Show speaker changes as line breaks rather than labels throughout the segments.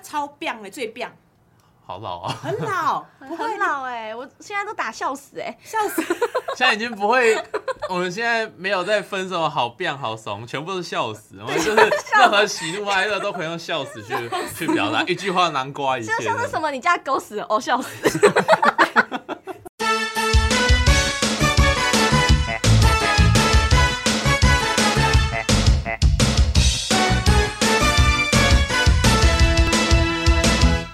超棒哎，最棒，
好老啊！
很老，不会
很老哎、我现在都打笑死哎、
笑死。
现在已经不会，我们现在没有在分手好变好怂，全部都是笑死。我们就是任何喜怒哀乐都可以用笑 死去去表达，一句话南瓜一切
就。像是什么你家狗 死了哦，笑死！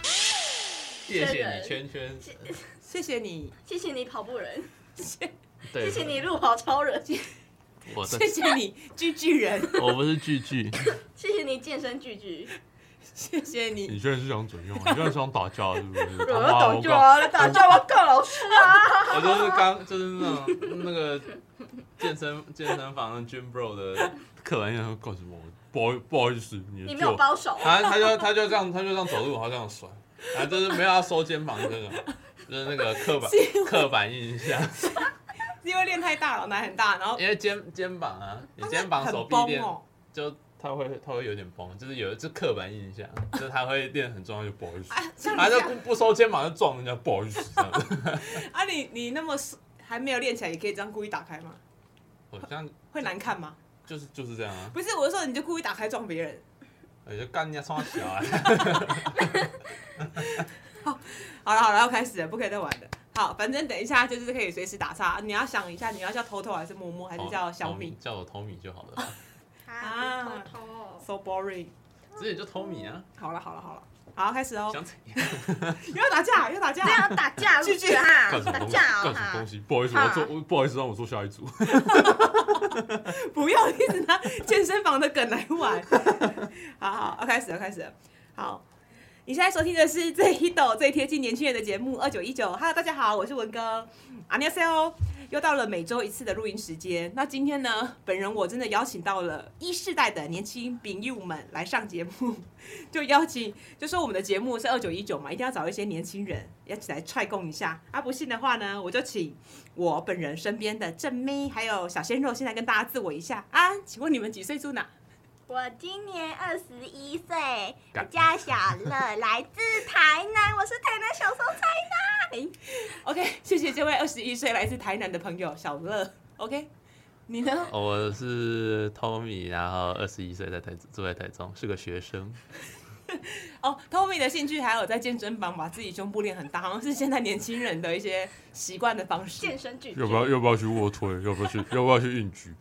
谢谢你圈圈，
谢谢 你，
谢谢你跑步 人，
对，
你路跑超人，
我的
谢谢你，巨巨人，
我不是句 句，
谢谢你健身巨巨，
谢谢你。
居然是想怎样？你居然是想打架是不是？
我要打架啊，打架我要告 老师啊！
我就是刚就是那种那个健身健身房的 gym bro 的客人，然后干什么？不好不好意思，你的
你没有
旧
包手，
他他就他就这样他就这样走路，好像甩，啊，就是没有要收肩膀这个，就是那个刻板刻板印象，
因为练太大了，奶很大，然后
因为肩肩膀啊，你肩膀
很
手臂
崩
练
哦。
就他会他会有点崩，就是有这刻板印象，就是他会练很重要就不好意思，
啊，像你
他
这
就不
样
不收肩膀就撞人家不好意思这样子，
啊，你你那么还没有练起来，也可以这样故意打开吗？
我这样
会难看吗？
就是就是这样啊，
不是，我是说你就故意打开撞别人。
我就干人家双小啊，
好了好了，要开始了，不可以再玩了。好，反正等一下就是可以随时打岔。你要想一下，你要叫偷偷还是摸摸，还是叫小米
哦叫我 Tommy 就好了，
啊偷
偷，
？So boring。
之前就 Tommy 啊，
好了好了好了，好开始哦。
想怎样？
又要打架，又要打
这
架。
样打架
巨巨
啊
干什么
打
东西？
架
哦
啊
干什么东西？不好意思，我要做，
啊
我不好意思，让我做下一组。
不要一直拿健身房的梗来玩。 好好，要开始了，开始了。好，你现在收听的是最 h i t 最贴近年轻人的节目二九一九。Hello，大家好，我是文哥。阿尼亚塞哦，又到了每周一次的录音时间。那今天呢，本人我真的邀请到了一世代的年轻饼友们来上节目，就邀请，就说我们的节目是二九一九嘛，一定要找一些年轻人一起来踹供一下。啊，不信的话呢，我就请我本人身边的正妹还有小鲜肉，现在跟大家自我一下啊，请问你们几岁住哪？
我今年二十一岁，我
干
叫小乐，来自台南，我是台南小松菜。
OK，谢 谢这位二十一岁来自台南的朋友小乐。OK，你 呢？
哦我是 Tommy，然后二十一岁，在台住在台中，是个学生。
哦，Tommy 的兴趣还有在健身房把自己胸部练很大，好像是现在年轻人的一些习惯的方式
健。身巨巨，
要不要要不要去卧推？要不要去要不要去运举？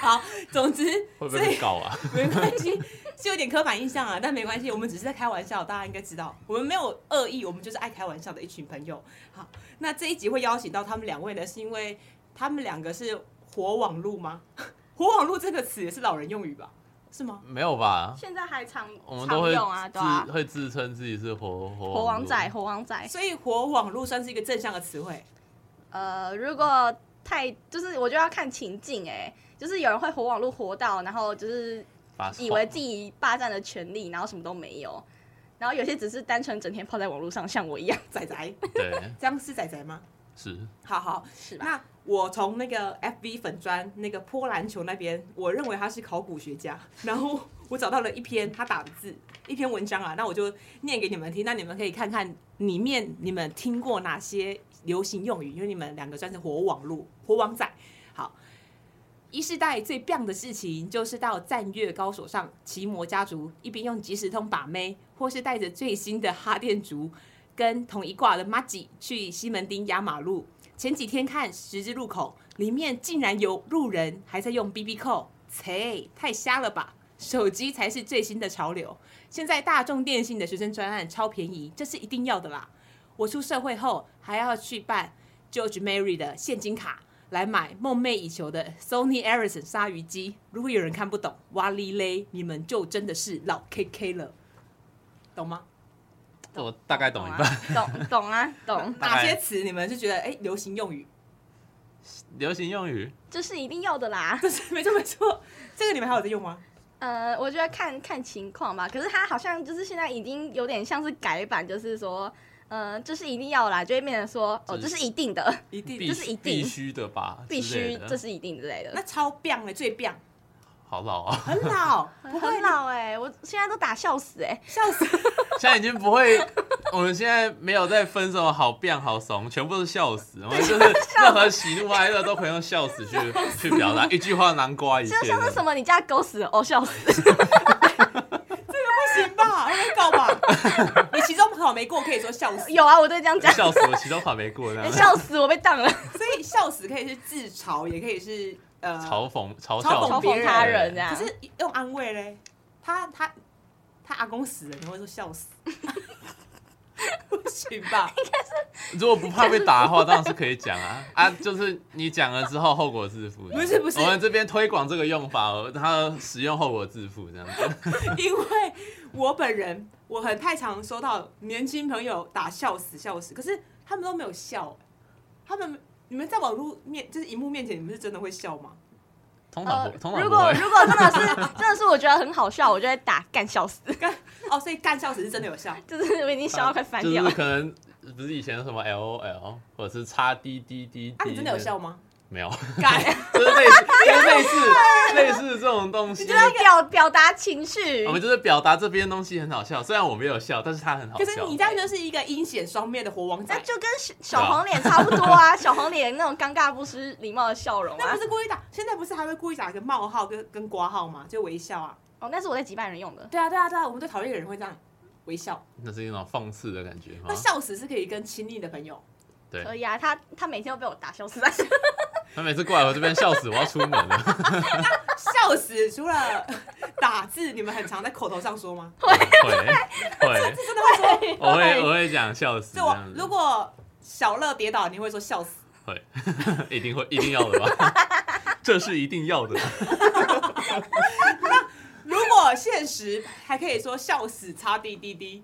好，总之
会不会被告啊？
没关系，是有点刻板印象啊，但没关系，我们只是在开玩笑，大家应该知道，我们没有恶意，我们就是爱开玩笑的一群朋友。好，那这一集会邀请到他们两位呢，是因为他们两个是活网路吗？ 活网路这个词也是老人用语吧？是吗？
没有吧？
现在还常
我们
常
都会
用啊，
自、
对啊，
会自称自己是活活
活王仔，
仔，
活王仔。
所以活网路算是一个正向的词汇。
呃，如果太就是，我就要看情境哎、就是有人会活网络活到，然后就是
把
以为自己霸占了权利，然后什么都没有，然后有些只是单纯整天泡在网络上，像我一样，
仔仔，
对
这样是仔仔吗？
是
好好，
是吧？
那我从那个 FB 粉砖那个波兰球那边，我认为他是考古学家， 然后我找到了一篇他打的字，一篇文章啊，那我就念给你们听，那你们可以看看里面你们听过哪些流行用语，因为你们两个算是活网路活网仔。好，一世代最棒的事情就是到战略高手上奇摩家族，一边用即时通把妹，或是带着最新的哈电族。跟同一挂的 m a g 去西门町压马路，前几天看十字路口，里面竟然有路人还在用 BB 扣，切，太瞎了吧！手机才是最新的潮流。现在大众电信的学生专案超便宜，这是一定要的啦。我出社会后还要去办 George Mary 的现金卡，来买梦寐以求的 Sony Ericsson 鲨鱼机。如果有人看不懂，哇哩嘞，你们就真的是老 KK 了，懂吗？
我大概懂一半。
啊， 懂懂啊，懂，
大
哪
概
些词你们是觉得哎、流行用语？
流行用语，
这是一定要的啦。
就是没错没错，这个你们还有在用吗？
呃，我觉得看看情况吧，可是它好像就是现在已经有点像是改版，就是说。呃，这是一定要啦，就会变成说，哦，
这
这
是
是一定的，
一定
必
这是一定
必须的吧？
必
之类
须，
的
这是一定之类的
那。超棒的最棒，
好老啊！
很老，不会
很老哎、我现在都打笑死哎、
笑死。
现在已经不会，我们现在没有在分什么好变好怂，全部都是笑死。我们就是任何喜怒哀乐都可以用笑死 去去表达，一句话囊括一切
就。像是什么你家狗死了哦笑死，
不行吧？会被告吧？你期中考没过，可以说笑死。
有啊，我都这样讲，
哎笑死我，其中考没过那
哎
样。
笑死我被当了，
所以笑死可以是自嘲，也可以是呃
嘲讽嘲
嘲
笑
嘲
别
讽
人
他人啊这样。
可是用安慰嘞，他他他阿公死了，你会说笑死？不行吧？
如果不怕被打的话，当然是可以讲啊啊！就是你讲了之后，后果自负。
不是不是
我们这边推广这个用法，它使用后果自负这样子。
因为我本人我很太常收到年轻朋友打笑死笑死，可是他们都没有笑，他们你们在网络面就是荧幕面前，你们是真的会笑吗？
通常
呃
不，通常
如
不
果
会。
如果真的是真的是我觉得很好笑，我就会打干笑死，
哦，所以干笑死是真的有 笑。啊
就是我已经笑到快翻
就
掉
是
了。
可能不是以前什么 L O L 或者是叉 D D D，
啊，你真的有笑吗？
没有？
干，
就是类似，就是类似，类似这种东西
就。是表表达情绪
我，们就是表达这边东西很好笑，虽然我没有笑，但是它很好
可
笑。
是你这样就是一个阴险双面的活王
那
仔，
就跟小小黄脸差不多啊，小黄脸那种尴尬不失礼貌的笑 容
那
啊
不。是故意打，现在不是还会故意打一个冒号跟跟挂号吗？就微笑啊。
哦，那是我在击败人用的。
对啊，对啊，对啊，我们最讨厌有人会这样微笑。
那是一种讽刺的感觉吗
那？笑死是可以跟亲密的朋 友，
对，
可以啊，他他每天都被我打笑死，但是
他每次过来我这边笑死，我要出门 了。
笑死除 了打字，你们很常在口头上说 吗？
会会，
真的会说。
我会我会讲笑死这
就我
样子
如，果小乐跌倒，你会说笑死。
会一定会一定要的吧？ 这是一 定要的，
如果现实还可以说笑死，擦滴滴滴，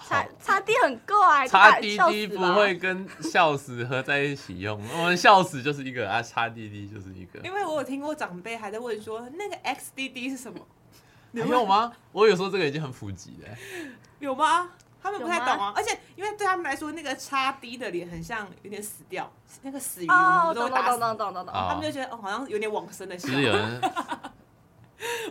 差差低很够啊，
叉
就
D D
把你笑死
不
吧
会跟笑死合在一起用，我们笑死就是一个啊，叉 D D 就是一个。
因为我有听过长辈还在问说那个 X D D 是什么，
还有吗？我有时候这个已经很普及了欸。
有吗？他们不太懂
有
啊，而且因为对他们来说，那个叉 D 的脸很像有点死掉，那个死鱼我
哦，
们都会
懂懂
打
懂
死，
懂懂懂懂。
啊
他们就觉得哦，好像有点往生的笑
就，是有人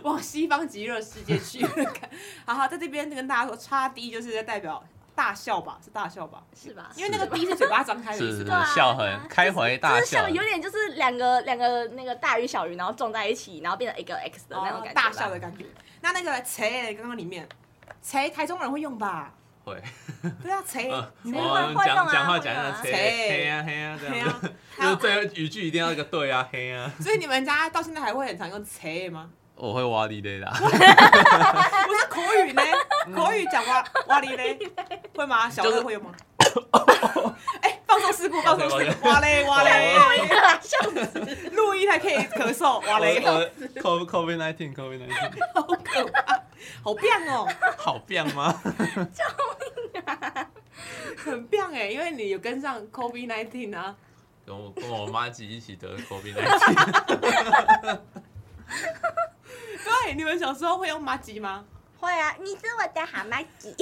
往西方极热世界去。 好好，在这边跟大家说，叉 D 就是在代表大笑吧，是大笑吧？
是吧？
因为那个 D 是嘴巴张开的意
是
思
是
吧。
笑很开怀大
啊就是
笑啊
像，有点就是两个两个那个大鱼小鱼，然后撞在一起，然后变成一个 X 的那种感觉吧。
哦大笑的感觉。那那个谁，刚刚里面谁，台中人会用 吧？
会，
对啊，谁
呃，
你
我
们
哦
们
会用
讲
啊
讲话
会
讲
用
讲
啊
黑
切
黑啊黑啊这
对
样
啊
子，，
还
就是
有
最后语句一定要一个对啊黑啊，
所以你们家到现在还会很常用谁吗？
我会挖地雷 啦，
不是口语呢，口语讲哇哇哩嘞，会吗？小
就
乐
是
会用吗？ 哎，放松 事故，放松事
抱歉
故，哇嘞哇嘞，
笑死！
录音还可以咳嗽，哇
我
嘞，
我 COVID COVID nineteen COVID nineteen
好可怕，好棒哦，
好变吗？
很棒哎，因为你有跟上 COVID nineteen 啊，
跟我跟我妈姐一起 得 COVID nineteen，
对，你们小时候会用麻吉吗？
会啊，你是我的蛤蟆鸡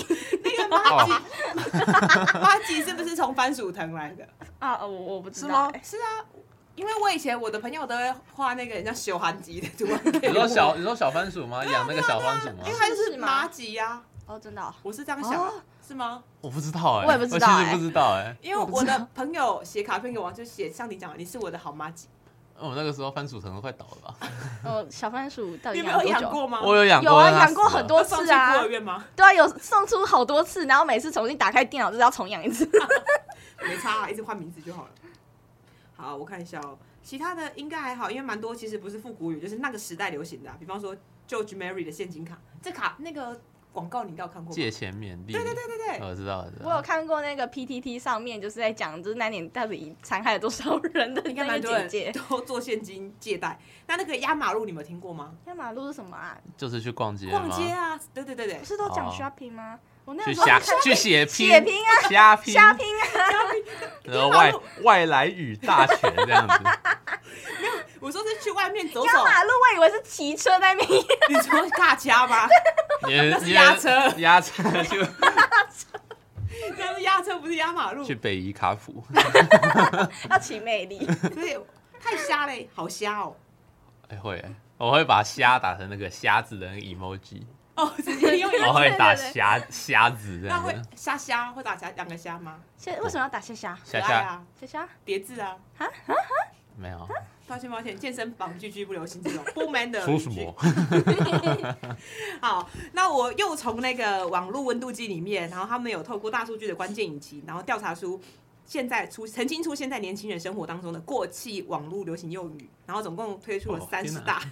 那个麻
哦
吉，麻吉是不是从番薯藤来的？
啊！ 哦我我不知道欸
是啊，因为我以前我的朋友都会画那个人家修寒吉的图案给
你
我，
说小你说小番薯吗？养那个小番哦薯吗
因为？它就是是
吗
麻吉啊呀、
哦，真的哦，
我是这样想的、
哦
是吗？
我不知道哎，
我也不知道
我其
欸
实不知道哎，
因为我的朋友写卡片给我，就写像你讲的，你是我的好麻 吉。
我哦那个时候番薯藤都快倒了吧，
呃，小番薯到
你
底
没
养
有
了多
养
久？
过吗？
我有养
有啊，
但它
养过
死了
很多
送
次
去孤
啊
儿，院吗？
对啊，有送出好多次，然后每次重新打开电脑就是要重养一次。
没差、啊，一直换名字就好了。好，我看一下哦，其他的应该还好，因为蛮多其实不是复古语，就是那个时代流行的啊、比方说 George Mary 的现金卡，这卡那个广告你应该有看过吧？
借钱免利，对对对对
对
我知道我知
我有
道，
看过那个 PTT 上面就是在讲，就是那年到底残害了多少人 的
应该
那
蛮多
个
人
姐姐。
都做现金借贷。那那个压马路，你们有听过吗？
压马路是什么啊？
就是去逛街吗？
逛街啊，对对对对
不，是都讲
哦
shopping 吗？我那
去
个时候看
瞎去血拼
血拼啊，
瞎拼
瞎拼啊，
然后外
然后
外来语大全这样 子，
我说是去外面走
压
走，
马路，我以为是骑车在那边
你说大家吗？
你
是压车
你压车去
那是压车，不是压马路，
去北宜卡府，
要骑魅力，
对，太瞎嘞，好瞎哦。
哎会哎，我会把虾打成那个虾子的那个 emoji，
哦，直接用一个，
我会打
对对对
虾虾子这
那
样
会
子，
虾虾会打虾两个虾吗？
现为什么要打虾虾？
虾
可爱
虾
啊，
虾虾？
叠字啊。
没
啊
有，
抱歉抱歉，健身房句句不流行这 种不 man 的。
说什么？？
好，那我又从那个网络温度计里面，然后他们有透过大数据的关键引擎，然后调查出现在出曾经出现在年轻人生活当中的过气网络流行用语，然后总共推出了
哦
三
天
十
哪
大，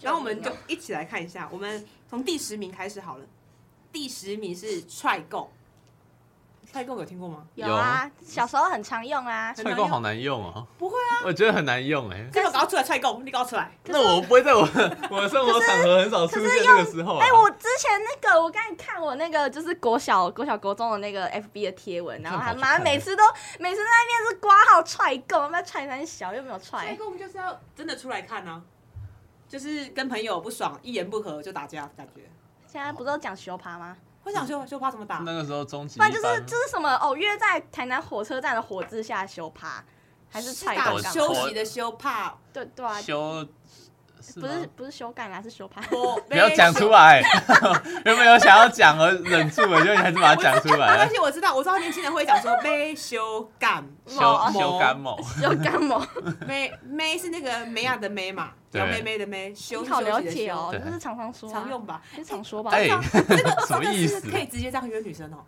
然后我们就一起来看一下，我们从第十名开始好了。第十名是踹购，踹购有听过吗？
有啊，小时候很常用啊。
很
踹
难
够
用
好难用哦，
不会啊，
我觉得很难用哎。
这个搞出来踹购，你搞出来。
那我不会在我我的生活场合很少出现这个时候啊
哎、。我之前那个，我刚才看我那个就是国小、国小、国中的那个 FB 的贴文，然后他
看好
妈
看
每次都每次在那边是挂号踹够，那踹三小又没有
踹
踹，
购我们就是要真的出来看啊，就是跟朋友不爽，一言不合就打架的感觉。
现在不是都讲修爬吗？
我想说，就怕怎么打？
那个时候终极
不然
一
就是
班
就是什么哦，约在台南火车站的火字下修爬，还是踹
打
狗干
休
嘛？
息的休怕，
对对啊，
修，是
不
吗
是不是修改啊，是修爬。
我
不要讲出。来，有没有想要讲而忍住了，就你还是把它讲出
没
来
关。系，我知道，我知道年轻人会讲说“没修干
修
某
修干某，
修干嘛？”，
没没是那个美亚的美嘛，
对
叫妹妹的妹，修
你
是
好了
休息的
解哦，
休，
对
就是常常说、啊，
常用吧？
就常说吧。
哎
这样 这个
什么意
这
思
个是可以直接这样约女生哦。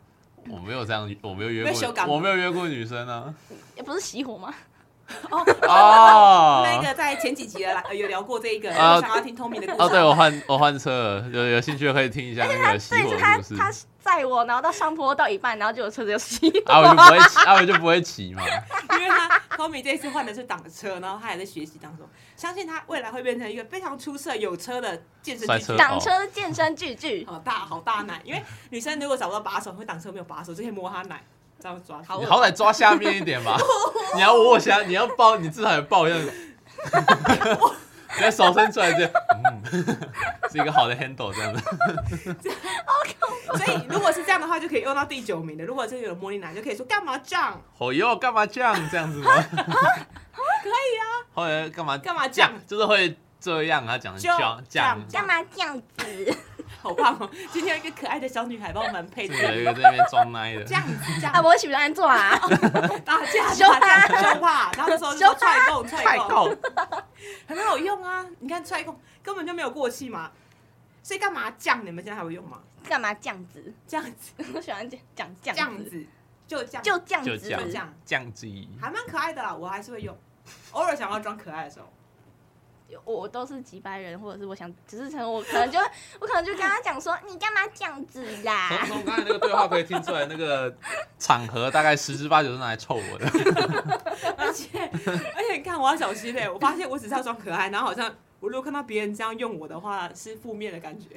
我没有这样，我没有约
没有修
过
改，吗
我没有约过女生啊。
也不是熄火吗？
哦，
哦，
那个在前几集的来呃有聊过这一个，
啊
我想要听 Tommy 的故
哦，对
事。
我换我换车了，有有兴趣可以听一下那个熄
对，
火
是
的
他
故事。
他载我，然后到上坡到一半，然后就有车子就熄火。
啊，我就不会骑，啊，我就不会骑嘛。
因为他 Tommy 这次换的是挡车，然后他还在学习当中，相信他未来会变成一个非常出色有车的健身
摔
巨
车
挡车健身巨巨，
哦
好大好大奶，因为女生如果找不到把手，会挡车没有把手，就可以摸她奶，这样抓。
好
你好歹抓下面一点吧。你要握下，你要抱，你至少也抱一下。你的手伸出来这样，嗯，是一个好的 handle 这样子。
所以如果是这样的话，就可以用到第九名的。如果真的有摸你奶，就可以说干嘛这样？
哦哟，干嘛这样这样子吗？
可以啊，
后来干嘛
干嘛
这
这
样
样？
就是会这样，啊他讲
就
叫这样，
这
干嘛这样子？
好棒哦！ 今天有一个可爱的小女孩帮我们配
是
置，
有一个在那边装奶的
这。样子这样
啊，我喜欢做 啊，
打架
羞
打架羞怕，然后那时候就说
羞怕
踹供啊踹
太
供，
够，
很有用啊！你看踹供根本就没有过气嘛，所以干嘛这样？你们现在还会用吗？
干嘛这样子？
这样子
我喜欢讲讲这
这样
样子，
子就这样
就这样
就
子，
这
就这样，
降级。
还蛮可爱的啦，我还是会用，偶尔想要装可爱的时候。
我我都是几百人，或者是我想，只是可能我可能就我可能就跟他讲说，你干嘛这样子
从
啦？
从刚才那个对话可以听出来，那个场合大概十之八九是拿来臭我的。
而且而且，你看我要小心嘞、欸 我发现我只是要装可爱，然后好像我如果看到别人这样用我的话，是负面的感觉，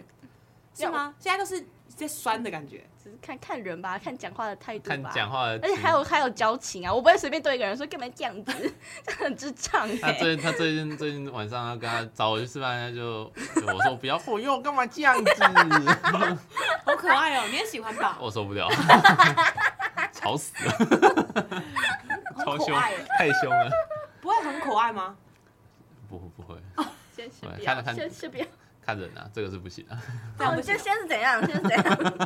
是吗？现在都是在酸的感觉，
只是看看人吧，看讲话的态度
看
吧。
讲话的，
而且还有还有交情啊！我不会随便对一个人说干嘛这样子，这很智障
他
哎、
最他最近最近晚上要跟他找我去吃饭，他就就我说不要，我用干嘛 这样子？
好可爱哦、你也喜欢吧？
我受不 了， 吵死了，
很
超
可
凶，
爱耶，啊
太凶了，
不会很可爱吗？
不不会，
先先
对
不
看了
要，
看
先先不要。
看人啊，这个是不行啊。
这样
哦，
不
就
行，
先是怎样，先是怎样，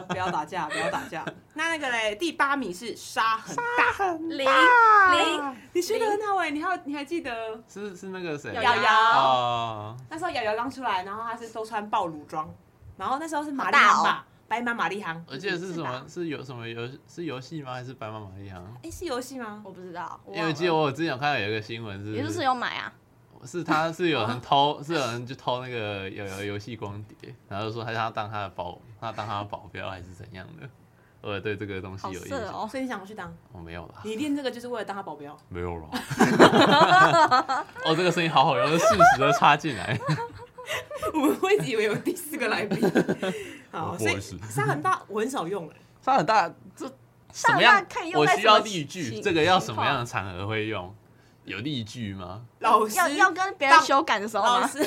不要打架，不要打架。那那个嘞，第八名是沙很大，
零零
你学的很好哎、你还有你还记得
是是那个谁？
瑶
瑶瑶？
哦，
那时候瑶瑶刚出来，然后她是都穿暴露装，然后那时候是玛
好
丽
大
航
哦
吧，白马玛丽航，
我记得是什
是
么
吧？
是有什么游是游戏吗？还是白马玛丽行？
哎、是游戏吗？
我不知道，
因为我记得我有之前有看到有一个新闻
也就是有买啊，
是他是有人偷，是有人就偷那个有有游戏光碟，然后就说他他当他的保，他当他的保镖还是怎样的。我有对这个东西
好
有印
色
象，我、
哦。
所以你想去当？
没有啦，
你练这个就是为了当他保镖？
没有 啦。哦，这个声音好好用，是适时的插进来。
我们会一直以为有第四个来宾。 好，
不
所
好
以
意思
沙很大，我很少用了。欸
沙很大，这什么
上
样
岸可以？用
我
在
需
什么
要例句，
情
这个要什
情
么
况
样的场合会用？有例句吗？
老师
要要跟别人修改的时候
老
吗？
师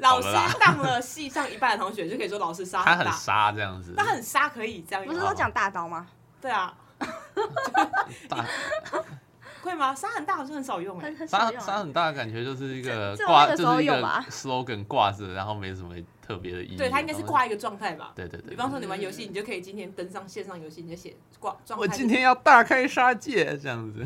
老
好
师
了啦
当了系上一半的同学，就可以说老师沙
他很
大，
沙这样子，
他很沙可以这样啊
不
用
是。说讲大刀吗？
对啊，
大
会吗？沙很大好像很少用哎、
很 很少
沙
用
沙
啊。
很大的感觉就是一个
这这
挂，
我那个
就
时候
是一
有
个
吧
slogan 挂着，然后没什么特别的意义。
对，它应该是
然后。
挂一个状态吧。
对对对。
比方说你玩游戏，
嗯
你就可以今天登上线上游戏，你就写挂状态。
我今天要大开杀戒这样子。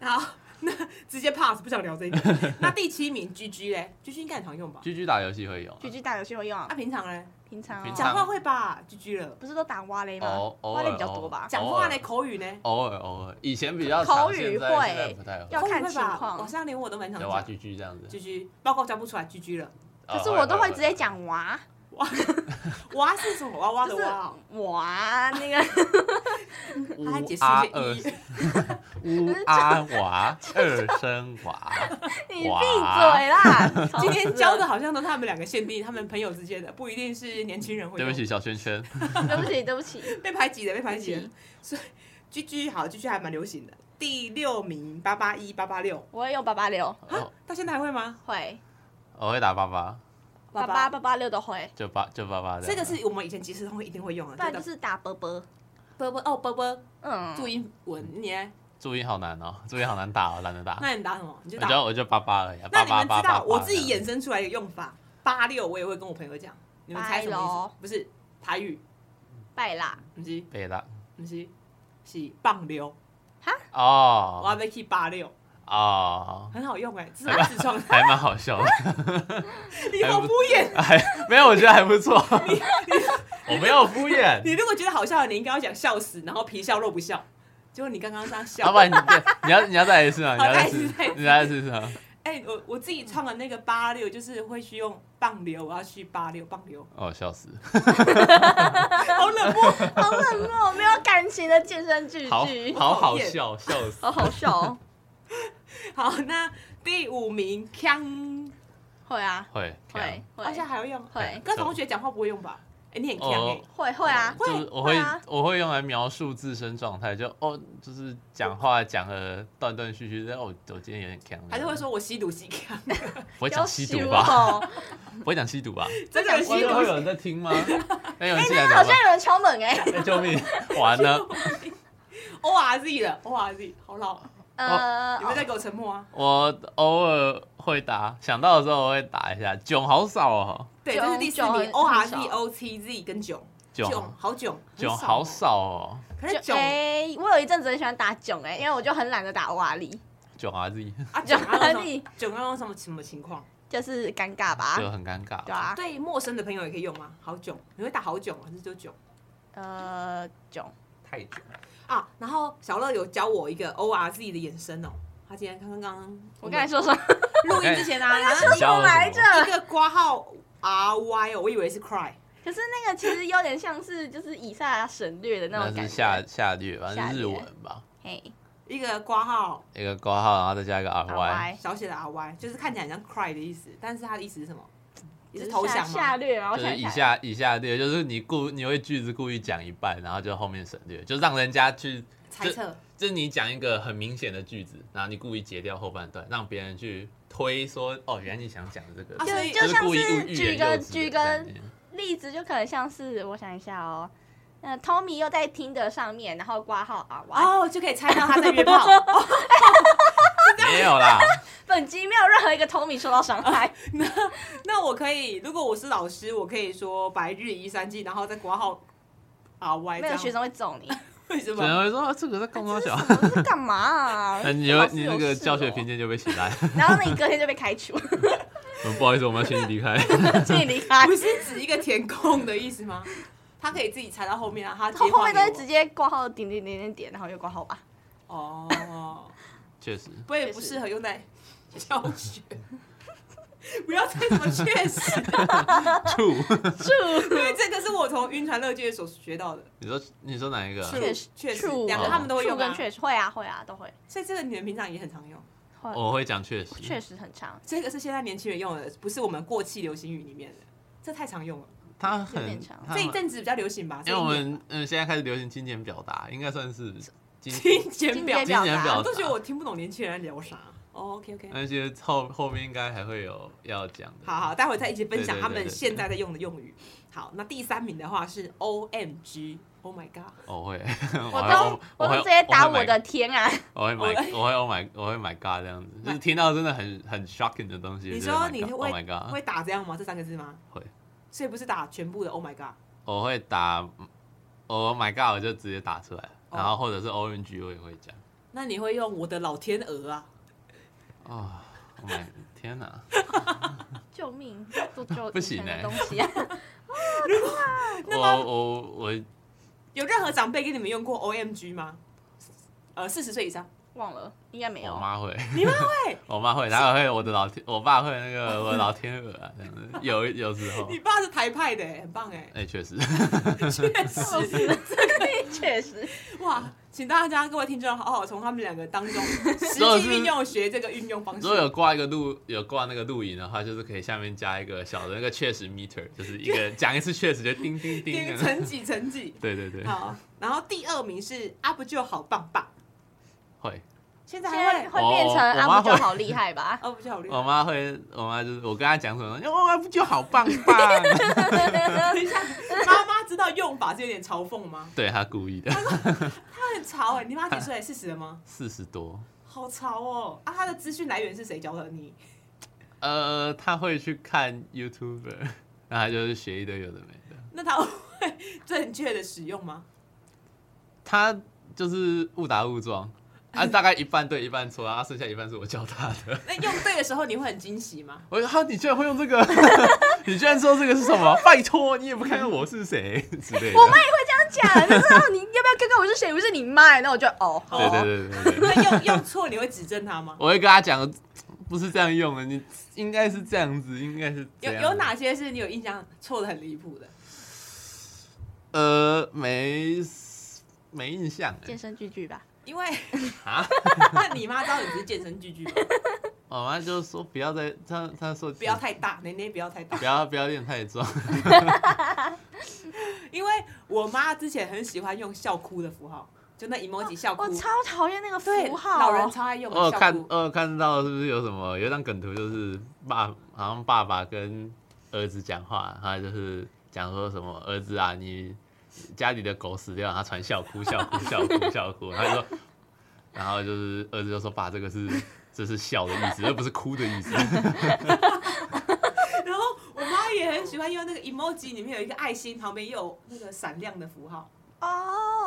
好，那 直接 pass，不想聊 这个。那第七名 GG 嘞，GG 应该很常用吧？
居居打游戏会有啊，
狙击打游戏会用啊
啊，，平常嘞，
平常
平
啊
常哦
讲话会吧？GG 了，
不是都打蛙雷吗
偶？偶
蛙
尔
雷比较多吧？
讲话嘞，口语呢？
偶尔偶尔，以前比较
口
常，
语
现在
会
现在不太会。
要
口语
看
会
情
吧
况
我现在连我都蛮常
有啊，
讲。
居居这样子。
GG 报告交不出来，GG 了。
啊
可是我都会直接。
会
讲 娃
哇是什么？哇哇的
就是
哇哦，
娃 那个，
会
他还解释
乌
一
阿
些
二
意义。
乌阿娃二声 娃，
你闭嘴
娃
啦！
今天教的好像都是他们两个限定，他们朋友之间的，不一定是年轻人会。
对不起，，小圈圈。
对不起对 不起，
被排挤的，被排挤的。所以 GG 好，GG 还蛮流行的。第六名八八一八八六，啊
我会用八八六，
哦
到现在还会吗？
会
我会打八八，
八八八八六都会，
就八就八八的。
这个是我们以前即时通会一定会用的，
不然就是打波波。
波波哦波波
嗯，
注音文，你呢
注音好难哦，注音好难打哦，懒得打。
那你打什么？你就
我
打。
就我就八八而已啊，
那
八
你们
八
知
八八
道
八。
我自己衍生出来一个用法，八六我也会跟我朋友讲，你们猜什么意思？不是台语，
拜啦，
不是
北大
不是是棒溜，我要
哦
被 K 八六，
哦，
很好用哎，自我自 创，
还蛮好笑的。
你好敷衍。
还没有，我觉得还不错。我没有敷 衍，
你如果觉得好笑，你应该要讲笑死，然后皮笑肉不笑。结果你刚刚这样
老
笑，
板，你你要你要再来一次吗？你
好
要再
再一
来一次
次再一次，
你再来一次是吗？
哎、我我自己创的那个八六，就是会去用棒流，我要去八六棒 流，
哦，笑死，
好冷漠。
好冷漠，没有感情的健身巨
好
巨，
好好笑，笑死。
好好笑 哦。
好，那第五名锵，
会啊，
会
会
好像
会
还会用，
会
跟同学讲话不会用吧？哎、你很锵哎、
哦
会会啊，
就是我
会
会
啊
我会用来描述自身状态，就哦，就是讲话讲的断断续续，但哦，我今天有点强，
欸还是会说我吸毒吸 锵，
不会
要
讲吸毒
修
吧？
哦？
不会讲吸毒吧？
真的有吸
会
毒
有人在听吗？ 哎，有人
哎，
进
那
来
个
怎么
好像有人敲 门哎，
办？哎救命！完了，
，O R Z 的 O R Z，好老，
呃
你，们在给我沉默啊？
我偶尔会打，想到的时候我会打一下。囧好少哦，
对，这是第四
囧
名
囧
O R Z
很少
O T Z 跟囧
囧
好囧
囧
很少
好
哦
少哦，
可是
就
囧
哎，我有一阵子很喜欢打囧哎，因为我就很懒得打瓦 力，
囧啊 Z
啊囧要用什
囧
么囧要用什么什么情况？
就是尴尬吧，
就很尴尬。
对啊，
对陌生的朋友也可以用吗？好囧，你会打好囧还是就囧？
呃，囧，
太囧，
啊，然后小乐有教我一个 O R Z 的延伸哦。他今天刚刚刚
我刚才哎说什么？
录音之前啊，然后
你教我
来着
什么？
一个挂号 R Y 哦，我以为是 cry，
可是那个其实有点像是就是以下省略的那种
那
感
是
觉。
下下略，反
下
正
略
日文吧，
嘿
一个挂号
一个括号，然后再加一个 R Y，
，Y，
小写的 R Y，就是看起来很像 cry 的意思，但是它的意思是什么？也
就是是
投降
下下
吗？
略嘛，
就
我想
是
一
以下以下略，就是你故你会句子故意讲一半，然后就后面省略，就让人家去，
猜测
就是你讲一个很明显的句子，然后你故意截掉后半段，让别人去推说，哦，原来你想讲这个
啊，所以
就就
就
像
故意
是
欲
举
言
个
又止的
举个
概 念
例子，就可能像是我想一下哦，那 Tommy 又在听的上面，然后挂号啊，哇，
哦，就可以猜到他在约炮。 哦
没有 啦，
本集没有任何一个 Tommy 受到伤害，
那我可以，如果我是老师，我可以说白日依山尽，然后再挂号 R Y，
没有学生会揍你，
为什
只
么？
能会说啊这个在公
这
关
是
小？
什。 么？这干嘛啊
那你
老
会
师
你
有
那个
事
教学
哦
偏见就被洗烂，
然后你隔天就被开除，
嗯不好 意思，我们要请你离 开。
请你离开
不。是指一个填空的意思吗？他可以自己猜到后面啊，他接
后后
话
面
给
都是
我
直接挂号点点点点点，然后又挂号吧。
哦，
确实，
我也不适合用在教学。不要再什么确实，
处，
因为这个是我从晕船乐界所学到的。
你说你说哪一个啊？
确实，确实，两个他们都会
处
用
跟
啊，
确实会啊会啊都会，
所以这个你们平常也很常用。
会
我会讲确实，
确实很长。
这个是现在年轻人用的，不是我们过气流行语里面的，这太常用了。
他
有
很
点长
他
这一
很
阵子比较流行吧，
因为我们嗯现在开始流行精简表达，应该算是精
听简表
精，
精简
表达
我
表
都觉得
达。
我听不懂年轻人在聊啥。哦，OK OK，
那些后后面应该还会有要讲的。
好好，待会再一起分享
对对对
他们
对
现在在用的用语。好，那第三名的话是 O M G， Oh my god！
我哦会，
我
我
都我
会
都直接打
我
我
会
的天啊！
我会买，我会 Oh my，我会 my God 这样子，就是听到真的很很 shocking 的东西。
你
就是
说
Oh my
你
God，
会
Oh my God，
会打这样吗？这三个字吗？
会。
所以不是打全部的 Oh my god，
我会打 Oh my God，我就直接打出来，
哦
然后或者是 ONG 我也会讲。
那你会用我的老天鹅啊？
哦，Oh my，天哪！
救命！做救
不行
以前
欸
的东西啊！
我我我
有任何长辈给你们用过 OMG 吗？呃，四十岁以上，
忘了，应该没有
我。妈会，
你们会？
我妈会，她会我的老天，我爸会那 个我的老天鹅啊，这样子。有有时候
你，爸是台派的，很棒 哎，
哎，确实，
确实。
确实，
哇，请大家各位听众好好从他们两个当中实
如果
际
是
运用学这个运用方
如
式
果。有挂一个录，有挂那个录影的话，就是可以下面加一个小的那个确实 meter，就是一个讲一次确实就叮叮叮这
第
样。
成绩成绩
对对对，
好，然后第二名是阿不就好棒棒，
会。
现在
现
还
在
会
会变成
哦我
阿
妈
木
会
就好厉害 吧？
阿不就好厉
我
害。
妈会，我妈就是我跟她讲什么，哦，不就好棒啊棒？
等一下，妈妈知道用法是有点嘲讽吗？
对她 故意的，
她很潮哎、你妈几岁？四十了吗？
四十多。
好潮哦！啊，她的资讯来源是谁教的你？
呃，她会去看 YouTuber，然后她就是学一堆有的没的。
那她会正确的使用吗？
她就是误打误 撞，啊，大概一半对一半错，啊，剩下一半是我教她 的。
那用对的时候你会很惊喜吗？
我说哈，你居然会用这个？ 你居然说这个是 什么？拜托，你也不看看我是谁之类的。
我妈也会这样讲，就是哦，你要不要看看我是谁？我是你妈，那我就哦，好
对
哦，
对对对对，
那用用错你会指正她 吗？
我会跟她讲，不是这样用的，你应该是这样子，应该是这
有
样
有
子
哪些是你有印象错的很离谱的？
呃，没 s- 没印象欸
健身巨巨吧。
因为
啊。
那你妈知道你是健身巨巨吗？
我妈哦就说不要再，她她说
不要太大，奶奶不要太大
不。要不要练太壮。
因为我妈之前很喜欢用笑哭的符号，就那 emoji 笑哭，
我超讨厌那个
对
哦符号，
老人超爱用
我
的
有
笑
哦看
哭。
我有看到是不是有什么有一张梗图，就是爸好像爸爸跟儿子讲话，他就是讲说什么儿子啊，你家里的狗死掉，他传笑哭笑哭笑哭笑哭，然后就说，然后就是儿子就说爸，这个是这是笑的意思，而不是哭的意思。
然后我妈也很喜欢用那个 emoji，里面有一个爱心，旁边又有那个闪亮的符号，
哦，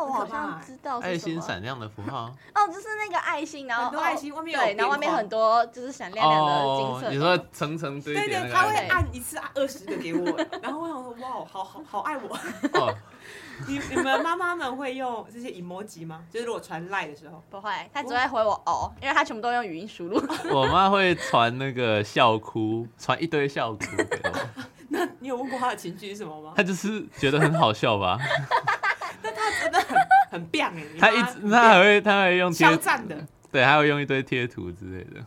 我
很
好
可怕
像
欸
知道是
爱
什
心
么
闪亮的符号。
哦，就是那个爱心，然后哦
很多爱心，外面有
对，然后外面
边框
很。多就是闪亮亮的金
哦
色的。
你说层层堆
对
叠那
对，
个
她会
爱心
按一次按二十个 给我，然后我想说，哇，好好好爱我。
哦，
你你们妈妈们会用这些 emoji 吗？就是如果传赖的时候，
不会，他只会回我哦，因为他全部都用语音输入。
我妈会传那个笑哭，传一堆笑哭给我，
那你有问过她的情绪是什么吗？
她就是觉得很好笑吧？
真的很很棒哎，你妈
她一直，她还会，她还会用贴
肖，战的，
对，还会用一堆贴图之类的，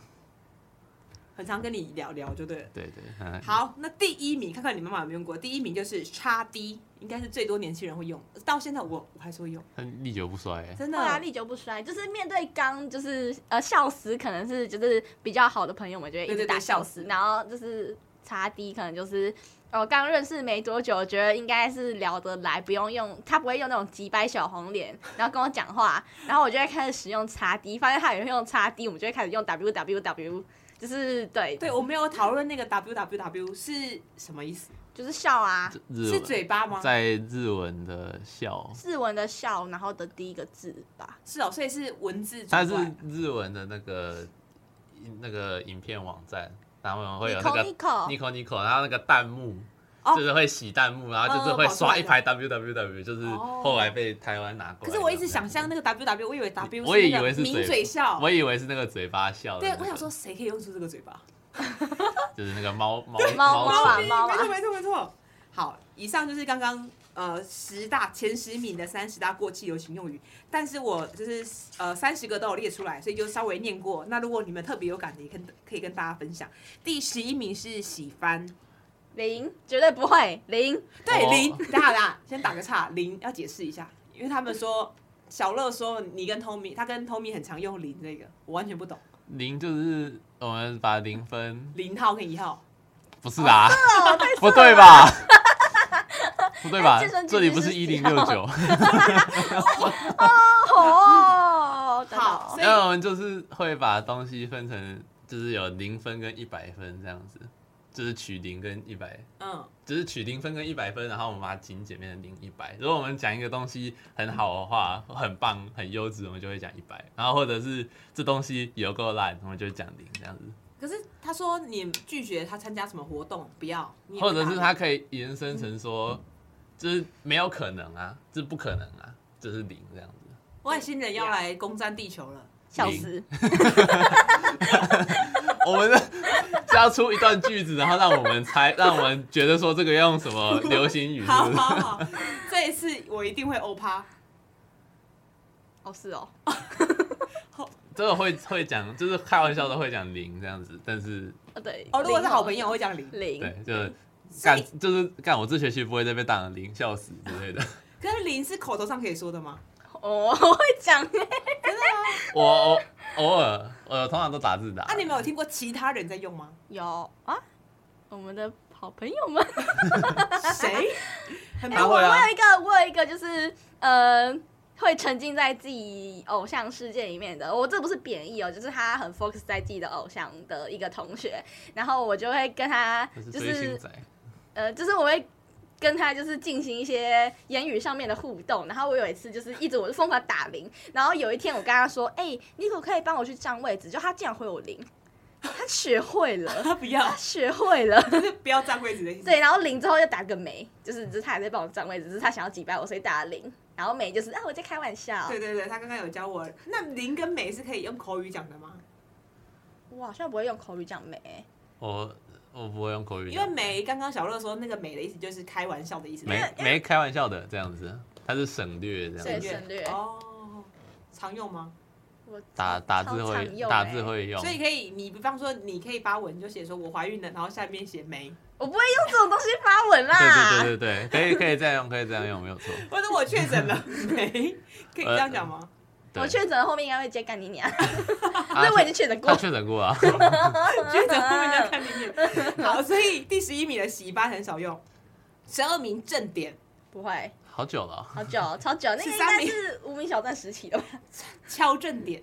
很常跟你聊聊就对了。
对对，嗯，
好，那第一名，看看你妈妈有没有用过。第一名就是叉 D，应该是最多年轻人会用，到现在我我还是会用，
她历久不衰欸，
真
对
的。
啊，历久不衰，就是面对刚就是呃笑死，可能是就是比较好的朋友们就会一
对对对
直打
笑
笑
死
死，然后就是差低，可能就是呃刚认识没多久，觉得应该是聊得来，不用用他不会用那种急掰小红脸， 然后跟我讲话，然后我就会开始使用差低，发现他也会用差低，我们就会开始用 W W W，就是对，
对，我没有讨论那个 W W W 是什么意思，
就是笑啊，
日
是
文
嘴巴吗？
在日文的笑，
日文的笑，然后的第一个字吧，
是哦，所以是文字
它
转
是
换。
日文的那个那个影片网站，他们会有啊那个
Nico Nico，
Nico Nico，然后那个弹幕。
哦
就是会洗弹幕，然后就是会刷一排 W W W，就是
哦
后来被台湾拿过
可
来。
是我一直想象那个 W W，我以为 W
我也
那
以
个
为是
抿
嘴
嘴笑。
我以为是那个嘴巴笑的
对
那，个
我想说谁可以用出这个嘴巴？
就是那个猫猫
猫猫啊
嘴
猫
没
啊
错没错没错。好，以上就是刚刚呃十大前十名的三十大过气流行用语，但是我就是呃三十个都有列出来，所以就稍微念过。那如果你们特别有感的，也跟可以跟大家分享。第十一名是喜翻，
零绝对不会零。
对
哦
零，大家 啦，先打个岔，零要解释一下，因为他们说小乐说你跟 Tommy，他跟 Tommy 很常用零这个，我完全不懂，
零就是我们把零分，
零号跟一号。
不是啊，不对吧？ 不对
哎
吧
健身？
这里不是
局
一
是
零
这
六
样
九，
哦，等等
好所以
那我们就是会把东西分成，就是有零分跟一百分这样子，就是取零跟一百
嗯，
就是取零分跟一百分，然后我们把它精简变成零一百。如果我们讲一个东西很好的话，很棒、很优质，我们就会讲一百。然后或者是这东西有够烂，我们就讲零这样子。
可是他说你拒绝他参加什么活动，不要，你也不
或者是
答
它
应
可以延伸成说，就是没有可能啊，这不可能啊，这是零这样子。
外星人
啊
要来攻占地球了，
笑死！
我们是要出一段句子，然后让我们猜， 让我们觉得说这个要用什么流行语是
好
不是？
好好，这一次我一定会欧 趴，
哦是哦，
这个会会讲，就是开玩笑都会讲零这样子，但是
哦对，
哦，如果是好朋
友
友我会讲零，
对
零，，
就是。
所
干
以
就是干，我这学期不会再被打成零笑死之类 的。
可是零是口头上可以说的吗？
哦我会讲
我偶偶尔，我通常都打字打。
啊，你们有听过其他人在用 吗？
有啊，我们的好朋友们。
谁？很
哎、
他
我
会
棒
啊
我有一个，我有一个就是呃，会沉浸在自己偶像世界里面的。我这不是贬义哦，就是他很 focus 在自己的偶像的一个同学，然后我就会跟他
这是
就
追星
是
仔，
呃，就是我会。跟他就是进行一些言语上面的互动，然后我有一次就是一直我就疯狂打零，然后有一天我跟他说：“哎、你可不可以帮我去占位置？”就他竟然回我零，他学会了，
他不要
他，学会了。
就是不要占位置的意思。
对，然后零之后又打个没，就是只是他还在帮我占位置，只是他想要击败我，所以打了零。然后没就是啊，我在开玩笑，
对对对，他刚刚有教我，那零跟美是可以用口语讲的吗？
我好像不会用口语讲没，
我我不会用口语
因
讲。
为美刚刚小乐说那个美的意思就是开玩笑的意思，
没没开玩笑的这样子，它是省略这
省
样
对
子。
略
省略
哦，常用吗？
我
打
超
打字
超常
会
用
打
欸
字，会用
所，以可以，你比方说你可以发文，你就写说我怀孕了，然后下面写没，
我不会用这种东西发文啦。
啊
对对对对对，可以可以这样用，可以这样用，没有错。
或者我确诊 了没，可以这样讲 吗？
对
我确诊了后面应该会接干你娘，
啊
那 我已经确诊
他
过。
确诊过啊，
确诊后面再看里 面。好，所以第十一名的洗八很少用，十二名正点，
不会，
好久了哦。
好久哦超久，那个应
13
该
名
是无名小站时期的吧？
敲正点，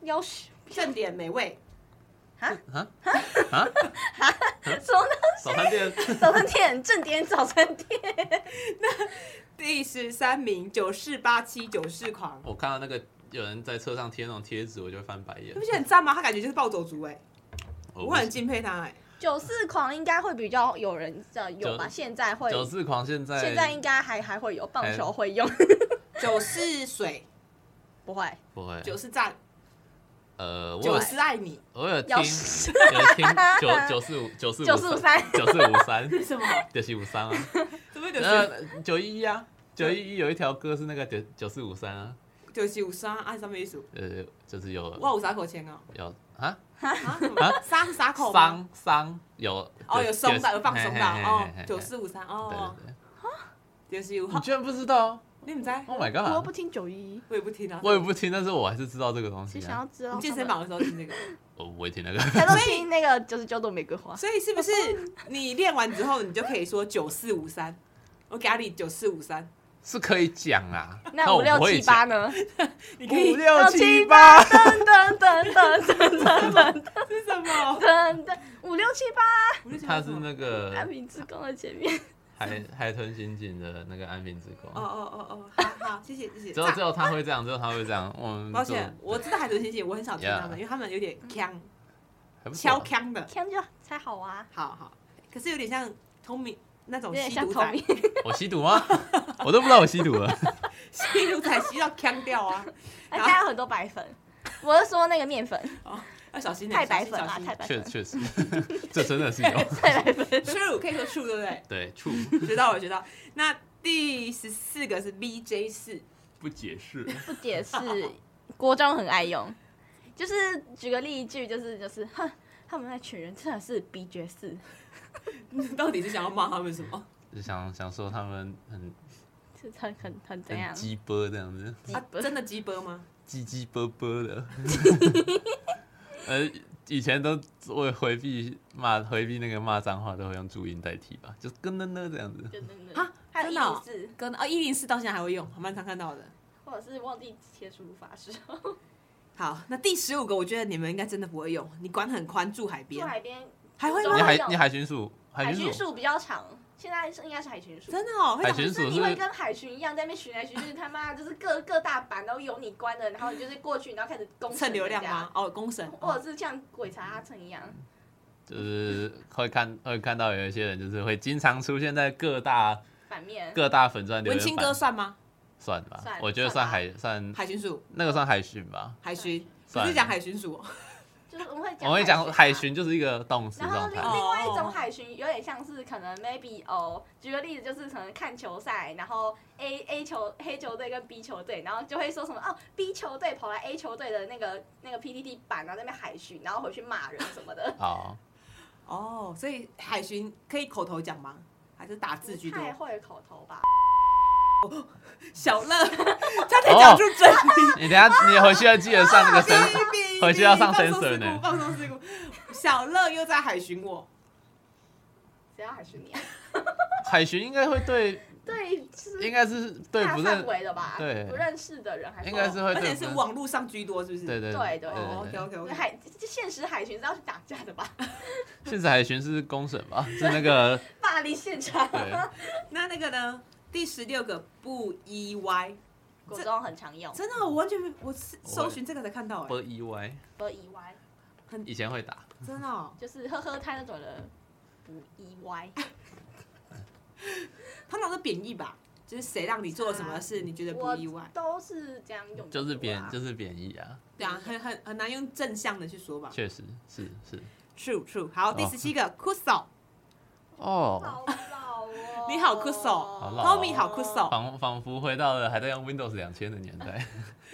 要死
正点美味，
啊啊！
什么呢？
早餐店
早餐店正点早餐店，
第十三名九四八七九四狂，
我看到那个有人在车上贴那种贴纸，我就翻白眼
你不。觉得很赞吗？他感觉就是暴走族哎、
我
我很敬佩他哎、
九四狂应该会比较有人知道有吧？
九
现在会
九四狂现在
现在应该还还会 有棒球会用，
九四水，
不会
不会
九四赞，
呃，我有
九四爱你，
我有听
要
有听九九四五九四
九四五三，
九四五三
什么？
九四五三啊，
怎么九四
呃九一一啊，九一一有一条歌是那个九九四五三啊，
九四五三爱什么意思？
呃，就是有
我有啥口签啊？
有啊
啊什么？沙是沙口吗
伤伤有
哦，有松的，有放松的哦，
九
九
四
四五三
对
哦，
对对，
九四五
你居然不知道
你们在？
？Oh my
我又 不
god！
听九一一，
我也不听啊，
我也不听，但是我还是知道这个东
只
西
想要
啊。
知道
你健身，房的时候听这个，
我不会听那个，
他都听那个就是叫做玫瑰花，
所以是不是你练完之后，你就可以说九四五三？我给你九四五三，
是可以讲啊。
那五
我
六
不会
七八
讲，
呢？
你 可以
五六七
七
八，
噔噔噔噔噔噔
是什么？
噔噔，五六七八，
我就想
他
什
是
么
那个
安平之光的前面，
海海豚刑警的那个安平之
哦
光，
哦哦哦，好好，谢谢谢谢。
只有
赞
只有他会这样，只有他会这样。我们
抱
就
歉，我知道海豚星星，我很少听他
Yeah
们，因为他们有点呛，
还不错
敲
啊
呛的，
这样就才好啊，
好好，可是有点像通明那
有
种
点
吸
像
毒
同
仔，
名
我吸毒吗？ 我都不知道我吸毒了。
吸毒仔吸到呛掉 啊，
还加了很多白粉。我是说那个面粉，
要小心点，
太白
小
粉
心
啊，太
小
白
确
粉，
确实， 这真的是 有。
太白粉。
心。true 可以说 true 对不对？
对，处
学到了，学到。那第十四个是 BJ 四，
不解释。
不解释，国中很爱用，就是举个例句，就是就是，哼，他们那群人真的是鼻绝四，
到底是想要骂他们什么？
就想想说他们很
是很很很怎
很
样？
鸡波这样子，
啊，真的鸡波吗？
鸡鸡波波的。 呃，以前都为回避骂回避那个骂脏话，都会用注音代替吧，就跟呢呢这样子。
真的
啊，
还还有
真
一
的哦
零四，
跟啊一零四到现在还会用，还蛮常看到的。
或者是忘记贴输入法时候，
好，那第十五个，我觉得你们应该真的不会用，你管很宽，住海
住
边，
海边
还会
住
吗
你
海
海
边
你海巡署，
海
海巡
巡
署，
署比较长，现在是应该是海巡署。
真的哦，会
海
长
巡
就是
署
你会
是
跟海巡一样，在那边巡来巡去，他妈就是各各大版都有你关的，然后你就是过去，然后开始攻
蹭
城
流量
人家
吗？？哦，公审，
或者
哦
是像鬼查阿成一样，
就是会看会看到有一些人就是会经常出现在各大
反面
各大粉钻留
文
言
青哥
板，
算吗？
算吧
算，
我觉得算
算吧
海算
海巡署，
那个算海巡吧，
海巡，不
算
是讲海巡署哦，
就是我们会讲，啊
我会讲海。巡就是一个动词
然后
状
另
态。
那。哦
另外一种海巡有点像是可能 maybe 哦，举个例子就是可能看球赛，然后 A A 球黑球队跟 B 球队，然后就会说什么哦 B 球队跑来 A 球队的那个那个 PPT 版，啊然后在那边海巡，然后回去骂人什么的
好，
哦，所以海巡可以口头讲吗？还是打字居
不
多？
太会口头吧？
小乐， 差点讲出真理。
你等一下你回去要记得 上那个
哔
声，
哔哔
哦 回去要上
放松
sensor
事故
呢
放松事故。小乐又在海巡我，
谁要海巡你啊？
海巡应该会对，
嗯
对，就是
应该是对
大
不
范
认，
围的吧？
对
不认识的人还
应该是
而
会对
且
不
是
认
网络上居多，是不是？
对对
对对
哦，OK OK
对
OK。
海现实海巡是要去打架的吧？
现实海巡是公审 吧，是那个
霸凌现场，
对，
那那个呢？第十六个不意外，
国中很常用，
真的，我完全没，我是
我会
搜寻这个才看到，哎，
不意外，
不意外，
以前会打，
真的哦，
就是呵呵他那种人不
E
意外。
通常是贬义吧，就是谁让你做了什么事，你觉得不
我
意外？
都是这样用的、
就是贬就是是贬义啊，
对啊，很很很难用正向的去说吧。
确实是是
True true。好，第
哦
十七个酷手
哦，
好老哦，
你好酷手
好
老哦
，Tommy 好酷手。
仿仿佛回到了还在用 Windows 两千的年代，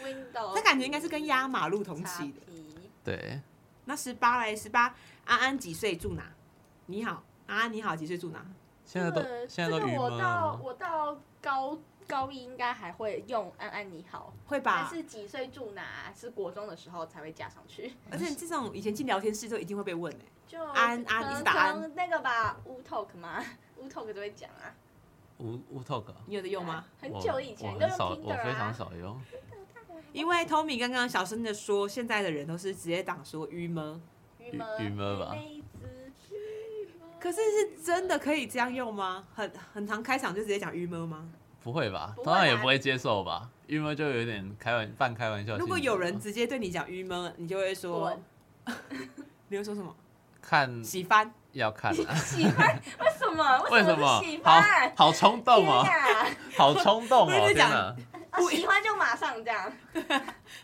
Windows，
这感觉应该是跟压马路同期的。
的。
对，
那十八嘞，十八，安安几岁住哪？你好，安安你好，几岁住哪？
现在都
这个
现在都
这个
郁
我
闷
到
了，
我到高高一应该还会用安安你好，
会
但
吧？
是几岁住哪是国中的时候才会加上去。
而且这种以前进聊天室都一定会被问哎、
就
安安
可
你
能
是打安
可能那个吧乌 talk 吗 乌 talk 就会讲啊，
无无 talk 啊。
你有在用吗？
很
我
久以前
我
都
很
用
少，我
Tinder
非常
啊，
少用。
因为 Tommy 刚刚小声的说，现在的人都是直接挡说郁闷，
鱼么
鱼么吧
妹子鱼么
可是是真的可以这样用吗？很很常开场就直接讲郁闷吗？
不会吧？
不会
当然也
吧
不会接受吧，因为就有点开玩半开玩笑性质吧。
如果有人直接对你讲郁闷，你就会说
滚，
你会说什么？
看
喜欢。
要看啊，
喜欢 为什么
为
什
什么
是喜？
好
欢？
好冲动 哦，
啊！
好冲动
我以
哦！
为
天
讲
哪，
啊喜欢就马上这样，